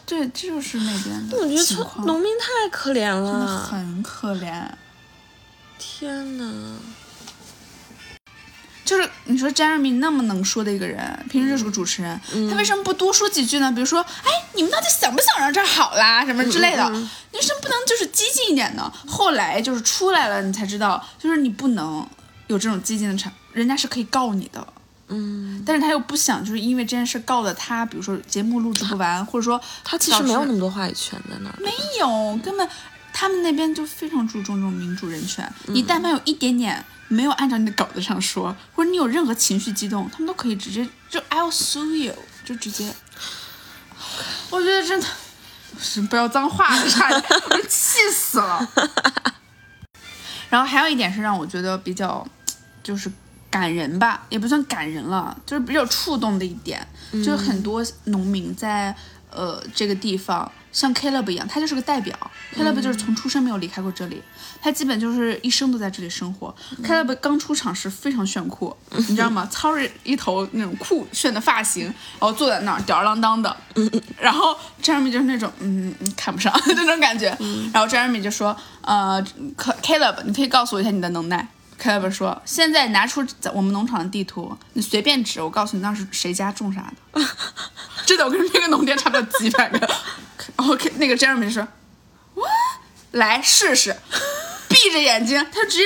[SPEAKER 1] 对，这就是那边的
[SPEAKER 2] 我觉得
[SPEAKER 1] 情
[SPEAKER 2] 村
[SPEAKER 1] 况
[SPEAKER 2] 农民太可怜
[SPEAKER 1] 真的
[SPEAKER 2] 了，
[SPEAKER 1] 很可怜。
[SPEAKER 2] 天哪！
[SPEAKER 1] 就是你说 Jeremy 那么能说的一个人，平时就是个主持人，
[SPEAKER 2] 嗯
[SPEAKER 1] 他为什么不多说几句呢？比如说，哎，你们到底想不想让这儿好啦，什么之类的，
[SPEAKER 2] 嗯
[SPEAKER 1] 你为什么不能就是激进一点呢？后来就是出来了，你才知道，就是你不能有这种激进的产，人家是可以告你的。
[SPEAKER 2] 嗯，
[SPEAKER 1] 但是他又不想，就是因为这件事告了他，比如说节目录制不完，或者说
[SPEAKER 2] 他其
[SPEAKER 1] 导
[SPEAKER 2] 实
[SPEAKER 1] 致
[SPEAKER 2] 没有那么多话语权在那儿。
[SPEAKER 1] 没有，根本他们那边就非常注重这种民主人权。你但凡有一点点没有按照你的稿子上说，或者你有任何情绪激动，他们都可以直接就 I'll sue you，就直接。我觉得真的是不要脏 话，差点我都气死了。然后还有一点是让我觉得比较就是感人吧，也不算感人了，就是比较触动的一点，就是很多农民在呃这个地方，像 Caleb 一样，他就是个代表。Caleb 就是从出生没有离开过这里，他基本就是一生都在这里生活。Caleb 刚出场时非常炫酷，你知道吗？操着一头那种酷炫的发型，然后坐在那儿吊儿郎当的，然后 Jeremy 就是那种嗯嗯看不上 那种感觉，然后 Jeremy 就说呃可 Caleb 你可以告诉我一下你的能耐。Caleb 说：“现在拿出我们农场的地图，你随便指，我告诉你那是谁家种啥的。 真的，我跟那个农店差不多几百个。 然后 K- 那个 Jeremy 就说：“我来试 试。”闭着眼睛，他直接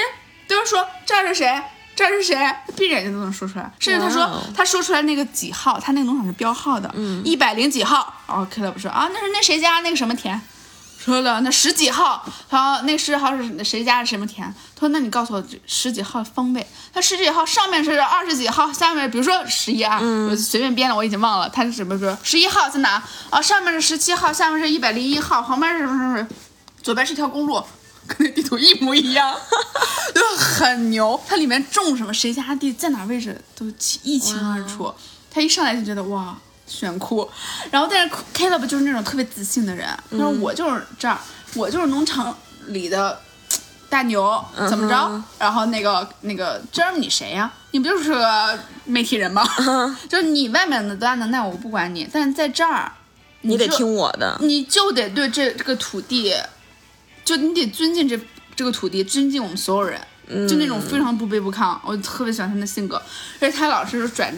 [SPEAKER 1] 就是说这儿是谁，这儿是谁，闭着眼睛都能说出来。甚至他说、
[SPEAKER 2] 哇哦嗯
[SPEAKER 1] 他说出来那个几号，哦他那个农场是标号的，一百零几号。然后 Caleb 说啊，那是那谁家那个什么田，说了那十几号，然后那十号是谁家是什么田？他说那你告诉我十几号方位，他十几号上面是二十几号，下面比如说十一啊，
[SPEAKER 2] 嗯
[SPEAKER 1] 我随便编的，我已经忘了，他是什么说十一号在哪啊？上面是十七号，下面是一百零一号，旁边是什么什么什么，左边是一条公路。跟那地图一模一样， 就很牛。它里面种什么，谁家地在哪位置都一清二楚。他一上来就觉得哇，炫酷。然后但是 Caleb 就是那种特别自信的人，他
[SPEAKER 2] 嗯
[SPEAKER 1] 说我就是这儿，我就是农场里的大牛，怎么着？
[SPEAKER 2] 嗯
[SPEAKER 1] 然后那个那个 Jeremy 你谁呀、你不就是个媒体人吗？
[SPEAKER 2] 嗯
[SPEAKER 1] 就是你外面的大能耐我不管你，但是在这儿
[SPEAKER 2] 你得
[SPEAKER 1] 就
[SPEAKER 2] 听我的。
[SPEAKER 1] 你就得对这这个土地，就你得尊敬这这个土地，尊敬我们所有人，
[SPEAKER 2] 嗯
[SPEAKER 1] 就那种非常不卑不亢，我特别喜欢他们的性格。而且他老是拽着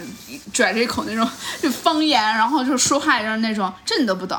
[SPEAKER 1] 拽着一口那种就方言，然后就说话也是那种，这你都不懂，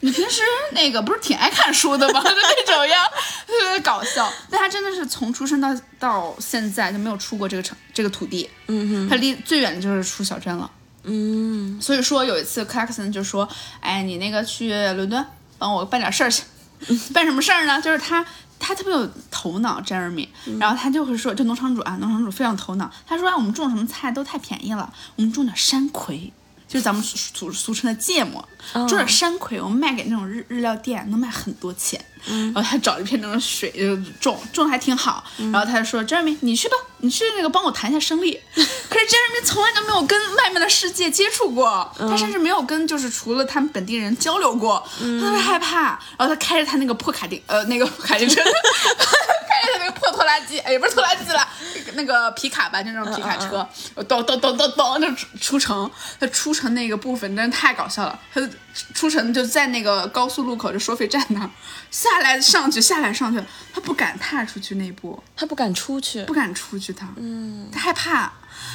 [SPEAKER 1] 你平时那个不是挺爱看书的吗？ 就那种样，特别搞笑。但他真的是从出生到到现在就没有出过这个城这个土地，
[SPEAKER 2] 嗯哼，
[SPEAKER 1] 他离最远的就是出小镇了。
[SPEAKER 2] 嗯，
[SPEAKER 1] 所以说有一次 Clarkson 就说：“哎，你那个去伦敦帮我办点事儿去， 办什么事儿呢？就是他。”他特别有头脑，Jeremy，然后他就会说，就农场主啊，农场主非常头脑。他说啊，我们种什么菜都太便宜了，我们种点山葵，就是咱们俗俗俗称的芥末，种点山葵，我们卖给那种日日料店能卖很多钱。然后他找了一片那种水就种，种得还挺好。然后他就说，Jeremy，你去吧，你去那个帮我谈一下生意。可是 Jeremy 从来就没有跟外面的世界接触过，他甚至没有跟就是除了他们本地人交流过，他特别害怕。然后他开着他那个破卡丁呃那个破卡丁车，开着他那个破拖拉机，哎也不是拖拉机了，那个皮卡吧，就那种皮卡车，咚咚咚咚咚就出出城。他出城那个部分真的太搞笑了，他就出城就在那个高速路口就收费站那儿下来上去下来上去，他不敢踏出去那一步，
[SPEAKER 2] 他不敢出去
[SPEAKER 1] 不，敢出去他，嗯，他害怕。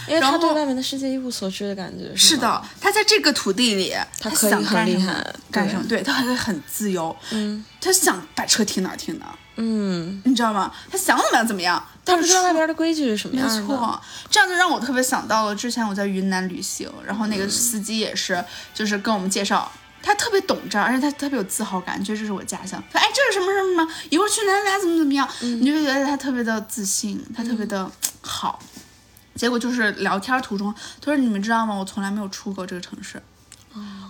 [SPEAKER 2] 因为
[SPEAKER 1] 然后
[SPEAKER 2] 他对外面的世界一无所知的感觉。
[SPEAKER 1] 是
[SPEAKER 2] 吗，
[SPEAKER 1] 的，他在这个土地里，
[SPEAKER 2] 嗯他
[SPEAKER 1] 他
[SPEAKER 2] 可以
[SPEAKER 1] 想
[SPEAKER 2] 很
[SPEAKER 1] 干
[SPEAKER 2] 厉
[SPEAKER 1] 什么
[SPEAKER 2] 害
[SPEAKER 1] 干
[SPEAKER 2] 对
[SPEAKER 1] 什么？对，他可以很自由，嗯，他想把车停哪儿停哪儿，
[SPEAKER 2] 嗯，
[SPEAKER 1] 你知道吗？他想怎么样怎么样，
[SPEAKER 2] 他
[SPEAKER 1] 但
[SPEAKER 2] 不
[SPEAKER 1] 是
[SPEAKER 2] 知道
[SPEAKER 1] 出
[SPEAKER 2] 外边的规矩是什么样的。
[SPEAKER 1] 没错，这样就让我特别想到了之前我在云南旅行，然后那个司机也是，就是跟我们介绍。他特别懂这儿，而且他特别有自豪感，觉得这是我家乡。他说：“哎，这是什么什么什么？一会儿去哪哪怎么怎么样？”你就会觉得他特别的自信，他特别的好。结果就是聊天途中，他说：“你们知道吗？我从来没有出过这个城市，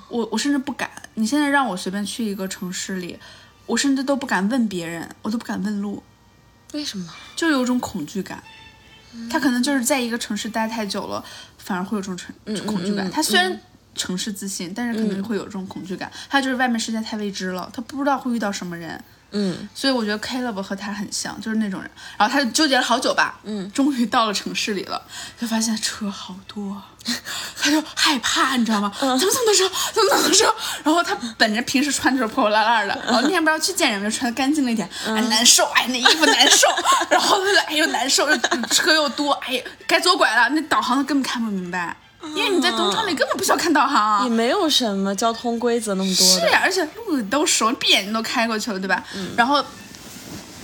[SPEAKER 1] 我我甚至不敢。你现在让我随便去一个城市里，我甚至都不敢问别人，我都不敢问路。
[SPEAKER 2] 为什么？
[SPEAKER 1] 就有一种恐惧感。他可能就是在一个城市待太久了，反而会有这种城恐惧感。他虽然城市自信，但是可能会有这种恐惧感。还有就是外面世界太未知了，他不知道会遇到什么人。
[SPEAKER 2] 嗯，
[SPEAKER 1] 所以我觉得 Caleb 和他很像，就是那种人。然后他就纠结了好久吧，嗯，终于到了城市里了，就发现车好多啊，他就害怕，你知道吗？怎么怎么说，怎么怎么说？然后他本着平时穿的就是破破烂烂的，然后那天不知道去见人，就穿的干净了一点，哎难受，哎那衣服难受， 然后他就哎呦难受，又车又多，哎呀该左拐了，那导航他根本看不明白，因为你在东窗里根本不需要看导航啊、
[SPEAKER 2] 也没有什么交通规则那么多
[SPEAKER 1] 是
[SPEAKER 2] 的。嗯
[SPEAKER 1] 呀，而且路你都熟，闭眼睛都开过去了，对吧？然后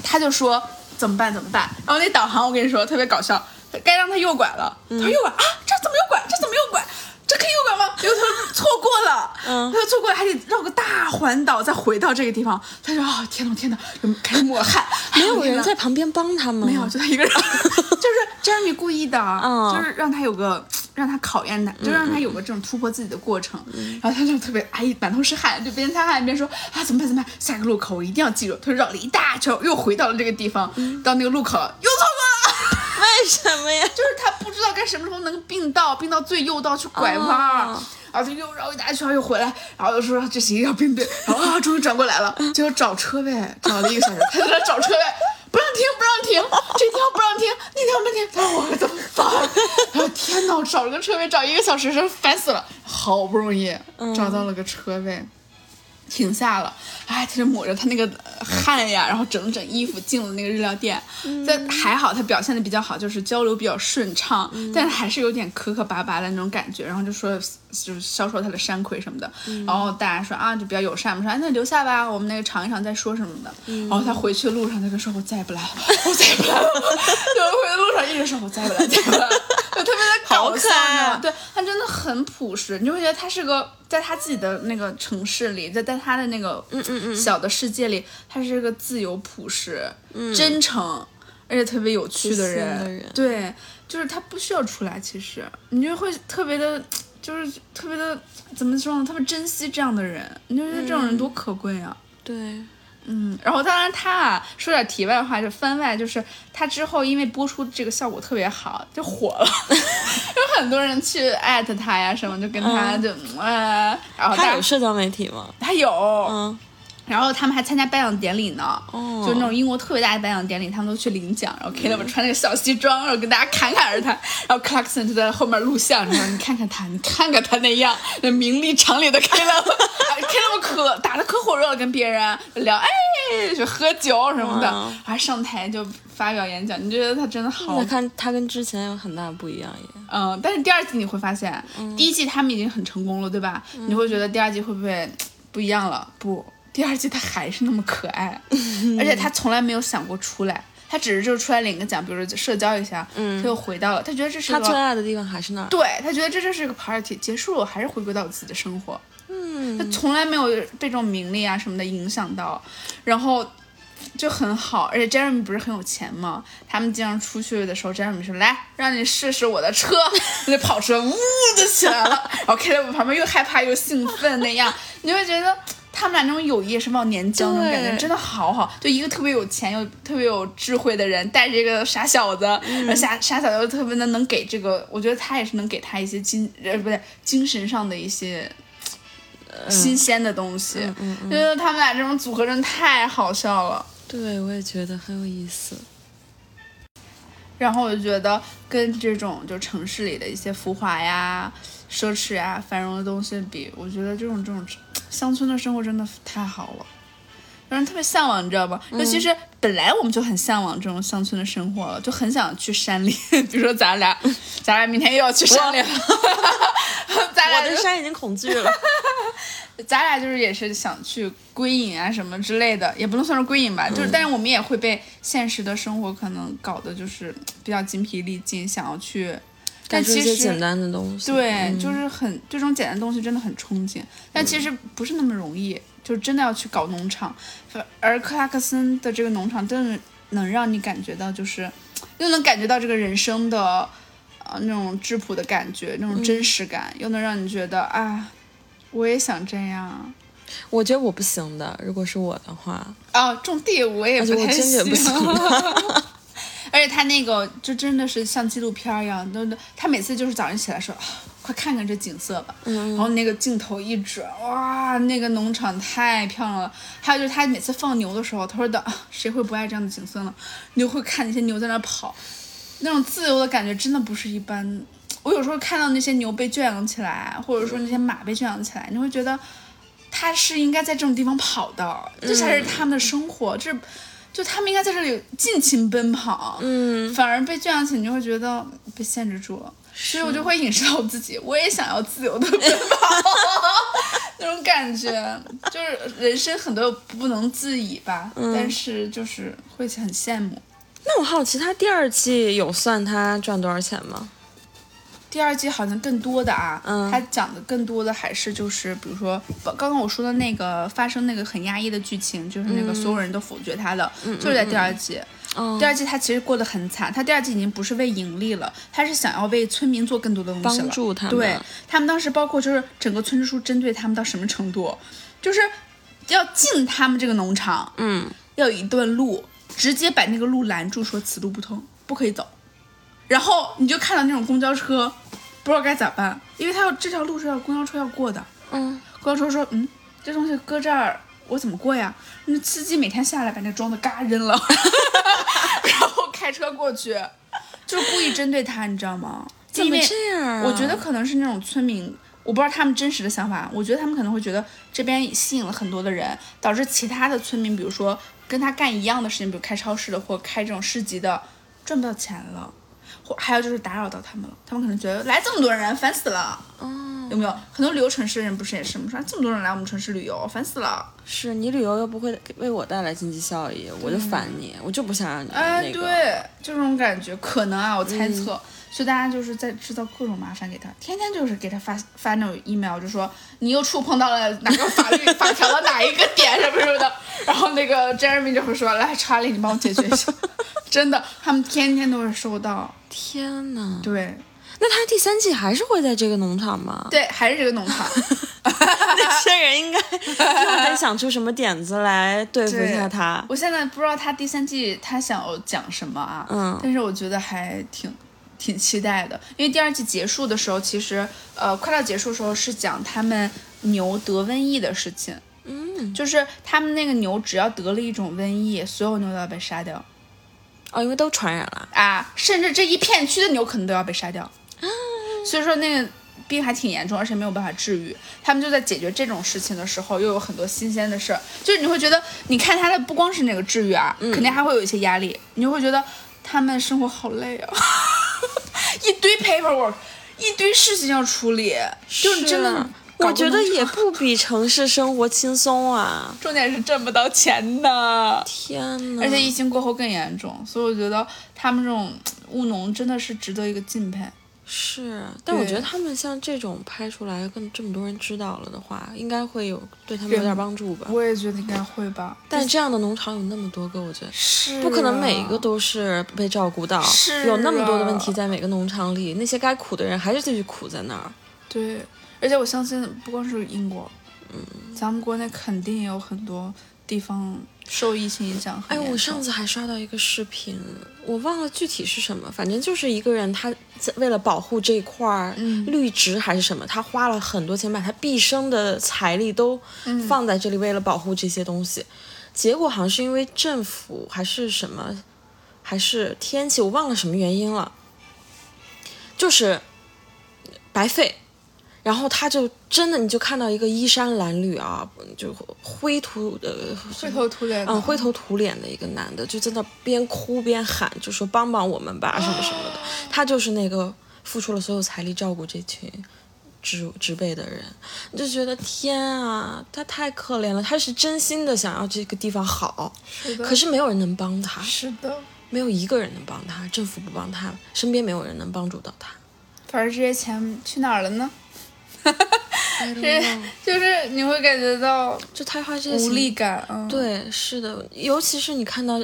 [SPEAKER 1] 他就说怎么办？怎么办？然后那导航我跟你说特别搞笑，该让他右拐了，
[SPEAKER 2] 嗯
[SPEAKER 1] 他说右拐啊，这怎么右拐？这怎么右拐？这可以右拐吗？然后他就错过了，
[SPEAKER 2] 嗯
[SPEAKER 1] 他就错过了，还得绕个大环岛再回到这个地方。他说啊、天呐天呐，就开始抹汗，
[SPEAKER 2] 没有
[SPEAKER 1] 哎呦
[SPEAKER 2] 人在旁边帮他吗？
[SPEAKER 1] 没有，就他一 个人，就是 Jeremy 故意的，
[SPEAKER 2] 嗯
[SPEAKER 1] 就是让他有个让他考验他，就让他有个这种突破自己的过程。
[SPEAKER 2] 嗯
[SPEAKER 1] 然后他就特别哎，满头是汗，就边擦汗边说啊怎么办怎么办，下个路口我一定要记住。他就绕了一大圈，又回到了这个地方，
[SPEAKER 2] 嗯
[SPEAKER 1] 到那个路口了，又错过了。
[SPEAKER 2] 为什 么呀？
[SPEAKER 1] 就是他不知道该什么时候能并道，并到最右道去拐弯儿。
[SPEAKER 2] 哦
[SPEAKER 1] 然后他又绕一大圈儿又回来，然后又说这行要并队，然后啊终于转过来了，结果找车位找了一个小时，他在那找车位，不让停不让停，这条不让停那条不让停，他说哎我怎么办？然后天呐，我找了个车位找一个小时，真烦死了，好不容易找到了个车位。停下了，哎，他就抹着他那个呃汗呀，然后整了整衣服进了那个日料店。
[SPEAKER 2] 嗯
[SPEAKER 1] 但还好他表现的比较好，就是交流比较顺畅，
[SPEAKER 2] 嗯
[SPEAKER 1] 但是还是有点磕磕巴巴的那种感觉。然后就说就是销售他的山葵什么的，
[SPEAKER 2] 嗯
[SPEAKER 1] 然后大家说啊就比较友善嘛，说哎那留下吧，我们那个尝一尝再说什么的。
[SPEAKER 2] 嗯
[SPEAKER 1] 然后他回去的 路上他就说我再也不来了，我再也不来了，就回去的路上一直说我再也不来了，再也不来了。 就特别的搞
[SPEAKER 2] 好可
[SPEAKER 1] 笑你
[SPEAKER 2] 爱啊
[SPEAKER 1] 知道吗对他真的很朴实，你就会觉得他是个在他自己的那个城市里，在在他的那个嗯嗯嗯小的世界里，他是个自由、朴实、真诚，而且特别嗯有趣的人。
[SPEAKER 2] 自信的人
[SPEAKER 1] 对，就是他不需要出来，其实你就会特别的，就是特别的怎么说呢？特别珍惜这样的人，你就觉得这种人多可贵啊。
[SPEAKER 2] 对，
[SPEAKER 1] 嗯，然后当然他啊，说点题外话，就番外，就是他之后因为播出这个效果特别好，就火了， 有很多人去艾特他呀什么，就跟他就、呃，然后
[SPEAKER 2] 嗯他
[SPEAKER 1] 大
[SPEAKER 2] 有
[SPEAKER 1] 家
[SPEAKER 2] 社交媒体吗？
[SPEAKER 1] 他有，
[SPEAKER 2] 嗯，
[SPEAKER 1] 然后他们还参加颁奖典礼呢，
[SPEAKER 2] 哦嗯
[SPEAKER 1] 就是那种英国特别大的颁奖典礼，他们都去领奖，然后 Caleb 穿那个小西装，然后跟大家侃侃而谈，然后 Clarkson 就在后面录像，你说你看看他，你看看他那样，那名利场里的 Caleb，Caleb 可打的可火热了，跟别人聊哎就喝酒什么的
[SPEAKER 2] 嗯，
[SPEAKER 1] 还上台就发表演讲，你觉得他真的好
[SPEAKER 2] 我看他跟之前有很大的不一样耶。
[SPEAKER 1] 嗯，但是第二季你会发现，第一季他们已经很成功了，对吧？你会觉得第二季会不会不一样了？不，第二季他还是那么可爱，而且他从来没有想过出来，他只是就是出来领个奖，比如说社交一下，他又回到了，他觉得这是一
[SPEAKER 2] 他最
[SPEAKER 1] 个，
[SPEAKER 2] 爱的地方还是那儿。
[SPEAKER 1] 对他觉得这就是一个 party，结束了我还是回归到我自己的生活，
[SPEAKER 2] 嗯，
[SPEAKER 1] 他从来没有被这种名利啊什么的影响到，然后就很好。而且 Jeremy 不是很有钱吗？他们经常出去的时候，Jeremy 说：“来，让你试试我的车。” 他就跑车呜就起来了，然后 Caleb 旁边又害怕又兴奋那样，你就会觉得。他们俩那种友谊是忘年交那种感觉，
[SPEAKER 2] 对
[SPEAKER 1] 真的好好。就一个特别有钱又特别有智慧的人，带着一个傻小子，然后傻傻小子又特别的能给这个，我觉得他也是能给他一些精呃不对精神上的一些新鲜的东西，因为他们俩这种组合真的太好笑了。
[SPEAKER 2] 对，我也觉得很有意思。
[SPEAKER 1] 然后我就觉得跟这种就城市里的一些浮华呀、奢侈呀、繁荣的东西比，我觉得这种这种乡村的生活真的太好了，让人特别向往，你知道吗？尤其是本来我们就很向往这种乡村的生活了，就很想去山里。 比如说咱俩，咱俩明天又要去山里了， 咱俩
[SPEAKER 2] 我
[SPEAKER 1] 就
[SPEAKER 2] 对山已经恐惧了。
[SPEAKER 1] 咱俩就是也是想去归隐啊什么之类的，也不能算是归隐
[SPEAKER 2] 嗯
[SPEAKER 1] 吧，就是但是我们也会被现实的生活可能搞得就是比较精疲力尽，想要去， 但
[SPEAKER 2] 感受
[SPEAKER 1] 其
[SPEAKER 2] 一些
[SPEAKER 1] 实
[SPEAKER 2] 简单的东西。
[SPEAKER 1] 对，
[SPEAKER 2] 嗯
[SPEAKER 1] 就是很这种简单的东西真的很憧憬，但其实不是那么容易，就真的要去搞农场，而而克拉克森的这个农场真的能让你感觉到就是，又能感觉到这个人生的。呃，那种质朴的感觉，那种真
[SPEAKER 2] 嗯
[SPEAKER 1] 实感，又能让你觉得啊，我也想这样，
[SPEAKER 2] 我觉得我不行的。如果是我的话，
[SPEAKER 1] 哦，种地我也不
[SPEAKER 2] 而且我
[SPEAKER 1] 太
[SPEAKER 2] 真的也不
[SPEAKER 1] 行
[SPEAKER 2] 行。
[SPEAKER 1] 而且他那个就真的是像纪录片儿一样，都都他每次就是早上起来说，啊快看看这景色吧，
[SPEAKER 2] 嗯
[SPEAKER 1] 然后那个镜头一转，哇，那个农场太漂亮了。还有就是他每次放牛的时候，他说的、啊谁会不爱这样的景色呢？你就会看那些牛在那儿跑，那种自由的感觉真的不是一般。我有时候看到那些牛被圈养起来，或者说那些马被圈养起来，你会觉得它是应该在这种地方跑的，这才是他们的生活，这就他们应该在这里尽情奔跑。
[SPEAKER 2] 嗯，
[SPEAKER 1] 反而被圈养起，你就会觉得被限制住了。所以我就会影射到我自己，我也想要自由的奔跑， 那种感觉，就是人生很多不能自已吧，但是就是会很羡慕。
[SPEAKER 2] 那我好奇他第二季有算他赚多少钱吗？
[SPEAKER 1] 第二季好像更多的啊，
[SPEAKER 2] 嗯
[SPEAKER 1] 他讲的更多的还是就是，比如说刚刚我说的那个发生那个很压抑的剧情，就是那
[SPEAKER 2] 嗯
[SPEAKER 1] 个所有人都否决他的，就是在第二季。
[SPEAKER 2] 哦
[SPEAKER 1] 第二季他其实过得很惨，他第二季已经不是为盈利了，他是想要为村民做更多的东西了，
[SPEAKER 2] 帮助他们
[SPEAKER 1] 对他们当时包括就是整个村支书针对他们到什么程度，就是要进他们这个农场，
[SPEAKER 2] 嗯，
[SPEAKER 1] 要有一段路，直接把那个路拦住，说此路不通，不可以走。然后你就看到那种公交车，不知道该咋办，因为他要这条路是要公交车要过的。
[SPEAKER 2] 嗯，
[SPEAKER 1] 公交车说，嗯，这东西搁这儿，我怎么过呀？那司机每天下来把那装的嘎扔了，然后开车过去，就是故意针对他，你知道吗？
[SPEAKER 2] 怎么
[SPEAKER 1] 因为
[SPEAKER 2] 这样、啊？
[SPEAKER 1] 我觉得可能是那种村民，我不知道他们真实的想法。我觉得他们可能会觉得这边吸引了很多的人，导致其他的村民，比如说跟他干一样的事情，比如开超市的或开这种市集的，赚不到钱了，或还有就是打扰到他们了。他们可能觉得来这么多人，烦死了。
[SPEAKER 2] 哦，
[SPEAKER 1] 有没有很多旅游城市的人不是也是吗？说啊这么多人来我们城市旅游，烦死了。
[SPEAKER 2] 是你旅游又不会为我带来经济效益，我就烦你，我就不想让你
[SPEAKER 1] 哎，
[SPEAKER 2] 那个。嗯
[SPEAKER 1] 对，就这种感觉，可能啊，我猜测。所以大家就是在制造各种麻烦给他，天天就是给他发发那种 email，就说你又触碰到了哪个法律法条的哪一个点什么什么的，然后那个 Jeremy 就会说来查理，你帮我解决一下， 真的，他们天天都会收到，
[SPEAKER 2] 天哪！
[SPEAKER 1] 对
[SPEAKER 2] 那他第三季还是会在这个农场吗？
[SPEAKER 1] 对，还是这个农场，
[SPEAKER 2] 那些人应该 又得想出什么点子来对付一下他。
[SPEAKER 1] 我现在不知道他第三季他想要讲什么啊，
[SPEAKER 2] 嗯
[SPEAKER 1] 但是我觉得还挺挺期待的，因为第二季结束的时候，其实呃快到结束的时候是讲他们牛得瘟疫的事情，嗯，就是他们那个牛只要得了一种瘟疫，所有牛都要被杀掉
[SPEAKER 2] 哦，因为都传染了。
[SPEAKER 1] 啊，甚至这一片区的牛可能都要被杀掉，
[SPEAKER 2] 啊
[SPEAKER 1] 所以说那个。病还挺严重，而且没有办法治愈。他们就在解决这种事情的时候，又有很多新鲜的事儿，就是你会觉得，你看他的不光是那个治愈啊，
[SPEAKER 2] 嗯
[SPEAKER 1] 肯定还会有一些压力，你就会觉得他们生活好累啊， 一堆 paperwork，一堆事情要处理，就是真的搞不懂。
[SPEAKER 2] 啊我觉得也不比城市生活轻 松啊！
[SPEAKER 1] 重点是挣不到钱呢，
[SPEAKER 2] 天哪！
[SPEAKER 1] 而且疫情过后更严重，所以我觉得他们这种务农真的是值得一个敬佩。
[SPEAKER 2] 是，但我
[SPEAKER 1] 对
[SPEAKER 2] 觉得他们像这种拍出来，跟这么多人知道了的话，应该会有对他们有点帮助吧。
[SPEAKER 1] 我也觉得应该会吧，
[SPEAKER 2] 但这样的农场有那么多个，我觉得
[SPEAKER 1] 是
[SPEAKER 2] 不可能每一
[SPEAKER 1] 啊
[SPEAKER 2] 个都是被照顾到，
[SPEAKER 1] 是
[SPEAKER 2] 有那么多的
[SPEAKER 1] 啊
[SPEAKER 2] 问题在每个农场里，那些该苦的人还是继续苦在那儿。
[SPEAKER 1] 对，而且我相信不光是英国，嗯，咱们国内肯定也有很多地方受疫情影响很
[SPEAKER 2] 哎，
[SPEAKER 1] 严重。
[SPEAKER 2] 我上次还刷到一个视频，我忘了具体是什么，反正就是一个人他在为了保护这块儿
[SPEAKER 1] 嗯
[SPEAKER 2] 绿植还是什么，他花了很多钱，把他毕生的财力都
[SPEAKER 1] 嗯
[SPEAKER 2] 放在这里，为了保护这些东西。结果好像是因为政府还是什么，还是天气，我忘了什么原因了，就是白费。然后他就真的，你就看到一个衣衫褴褛啊，就灰秃的
[SPEAKER 1] 灰头土脸的，
[SPEAKER 2] 嗯，灰头土脸的一个男的，就在那边哭边喊，就说帮帮我们吧，什么什么的。
[SPEAKER 1] 哦
[SPEAKER 2] 他就是那个付出了所有财力照顾这群植植被的人，你就觉得天啊，他太可怜了，他是真心的想要这个地方好，
[SPEAKER 1] 是的，
[SPEAKER 2] 可是没有人能帮他，
[SPEAKER 1] 是的，
[SPEAKER 2] 没有一个人能帮他，政府不帮他，身边没有人能帮助到他。
[SPEAKER 1] 反正这些钱去哪儿了呢？
[SPEAKER 2] I don't
[SPEAKER 1] 这
[SPEAKER 2] know，
[SPEAKER 1] 就是你会感觉到
[SPEAKER 2] 就他花这些
[SPEAKER 1] 无
[SPEAKER 2] 钱
[SPEAKER 1] 力感，嗯，，
[SPEAKER 2] 对，是的，尤其是你看到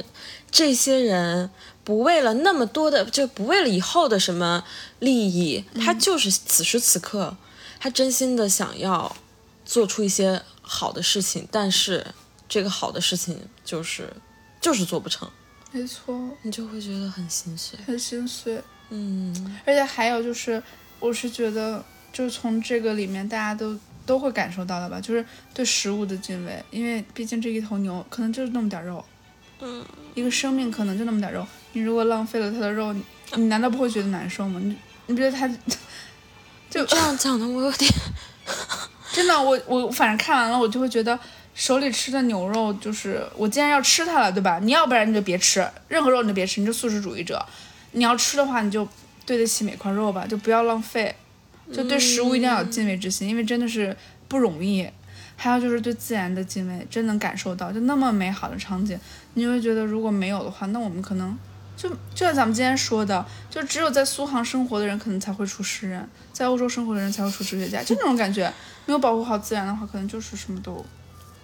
[SPEAKER 2] 这些人不为了那么多的，就不为了以后的什么利益，他就是此时此刻，他真心的想要做出一些好的事情，但是这个好的事情就是就是做不成，
[SPEAKER 1] 没错，
[SPEAKER 2] 你就会觉得很心碎。
[SPEAKER 1] 很心碎。
[SPEAKER 2] 嗯，
[SPEAKER 1] 而且还有就是，我是觉得，就是从这个里面大家都都会感受到的吧，就是对食物的敬畏，因为毕竟这一头牛可能就是那么点儿肉，嗯，一个生命可能就那么点儿肉，你如果浪费了它的肉，你你难道不会觉得难受吗？你你不觉得它就
[SPEAKER 2] 这样讲的我有点
[SPEAKER 1] 真的，我我反正看完了，我就会觉得手里吃的牛肉，就是我既然要吃它了，对吧？你要不然你就别吃，任何肉你就别吃，你就素食主义者。你要吃的话，你就对得起每块肉吧，就不要浪费，就对食物一定要有敬畏之心，因为真的是不容易。还有就是对自然的敬畏，真能感受到，就那么美好的场景，你就会觉得如果没有的话，那我们可能就就像咱们今天说的，就只有在苏杭生活的人可能才会出诗人，在欧洲生活的人才会出哲学家，就那种感觉。没有保护好自然的话，可能就是什么都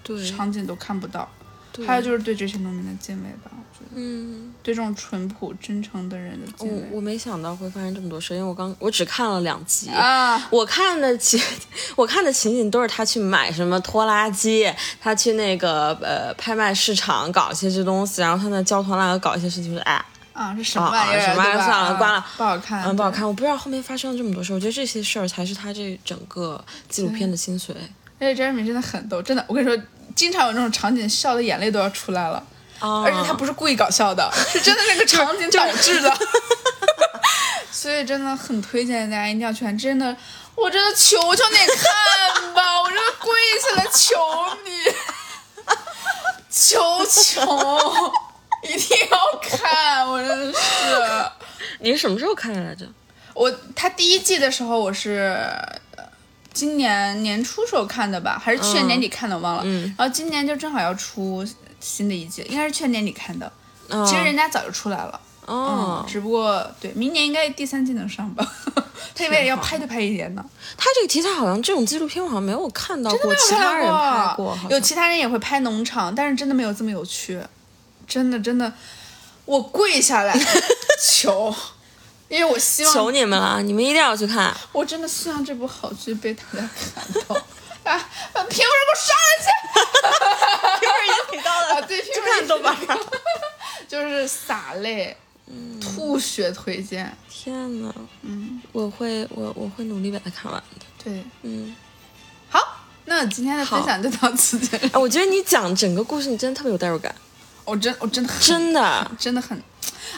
[SPEAKER 2] 对，
[SPEAKER 1] 场景都看不到。
[SPEAKER 2] 对
[SPEAKER 1] 还有就是对这些农民的敬畏吧，我觉得
[SPEAKER 2] 嗯。哦
[SPEAKER 1] 对这种淳朴真诚的人的敬
[SPEAKER 2] 我
[SPEAKER 1] 畏
[SPEAKER 2] 我没想到会发生这么多事，因为我刚我只看了两集
[SPEAKER 1] 啊，
[SPEAKER 2] 我看的情，我看的情景都是他去买什么拖拉机，他去那个呃拍卖市场搞一些这东西，然后他那焦头烂额搞一些事情，就是哎，
[SPEAKER 1] 啊，这什么玩意儿？
[SPEAKER 2] 啊啊什么玩意儿
[SPEAKER 1] 对吧
[SPEAKER 2] 算了
[SPEAKER 1] 啊
[SPEAKER 2] 关了
[SPEAKER 1] 不好看，
[SPEAKER 2] 嗯，不好看。我不知道后面发生了这么多事，我觉得这些事儿才是他这整个纪录片的精髓。
[SPEAKER 1] 对。而且 Jeremy 真的很逗，真的，我跟你说，经常有那种场景，笑的眼泪都要出来了。
[SPEAKER 2] 啊
[SPEAKER 1] 而且他不是故意搞笑的，嗯是真的那个场景导致的。 所以真的很推荐大家一定要去看，真的，我真的求求你看吧，我真的跪下来求你，求求，一定要看，我真的是。
[SPEAKER 2] 你是什么时候看的来着？
[SPEAKER 1] 我他第一季的时候我是呃今年年初时候看的吧，还是去年年底看的，我忘了。然后今年就正好要出新的一季，应该是去年年底看的。
[SPEAKER 2] 嗯
[SPEAKER 1] 其实人家早就出来了，
[SPEAKER 2] 哦，
[SPEAKER 1] 嗯只不过对，明年应该第三季能上吧？ 他以为要拍就拍一年呢，
[SPEAKER 2] 他这个题材好像这种纪录片我好像没有看到
[SPEAKER 1] 真的
[SPEAKER 2] 过
[SPEAKER 1] 没
[SPEAKER 2] 其
[SPEAKER 1] 有
[SPEAKER 2] 他人拍
[SPEAKER 1] 拍
[SPEAKER 2] 过，好像
[SPEAKER 1] 有其他人也会拍农场，但是真的没有这么有趣，真的真的，我跪下来 求，因为我希望
[SPEAKER 2] 求你们了，你们一定要 去看。
[SPEAKER 1] 我真的希望这部好剧被大家看到。 啊！把评委给我刷上去！评委已经提到了， 对，评委已经
[SPEAKER 2] 豆瓣
[SPEAKER 1] 提到了就是洒泪、
[SPEAKER 2] 嗯
[SPEAKER 1] 吐血推荐。
[SPEAKER 2] 天呐，嗯，我会我我会努力把它看完的。
[SPEAKER 1] 对，
[SPEAKER 2] 嗯，
[SPEAKER 1] 好，那今天的分享就到此结束。
[SPEAKER 2] 哎，我觉得你讲整个故事，你真的特别有代 入感，
[SPEAKER 1] 我真我真的很
[SPEAKER 2] 真 的。
[SPEAKER 1] 真的很，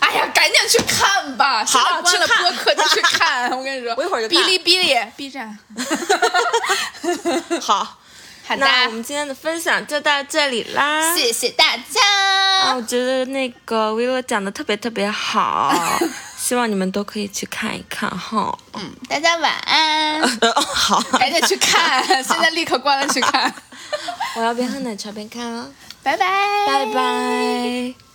[SPEAKER 1] 哎呀，赶紧去看吧！好关了
[SPEAKER 2] 去看
[SPEAKER 1] 播客就去看， 我跟你说，
[SPEAKER 2] 我一会儿就看
[SPEAKER 1] 哔哩哔哩 B 站。
[SPEAKER 2] 好，
[SPEAKER 1] 好的，
[SPEAKER 2] 那我们今天的分享就到这里啦。
[SPEAKER 1] 谢谢大
[SPEAKER 2] 啊，
[SPEAKER 1] 家。
[SPEAKER 2] 我觉得那个维罗讲的特别特别 好，希望你们都可以去看一看 哈。
[SPEAKER 1] 嗯，大家晚安。
[SPEAKER 2] 呃，好，
[SPEAKER 1] 赶紧去看，现在立刻 关了去看，
[SPEAKER 2] 我要边喝奶茶边看啊，
[SPEAKER 1] 拜拜，
[SPEAKER 2] 拜拜。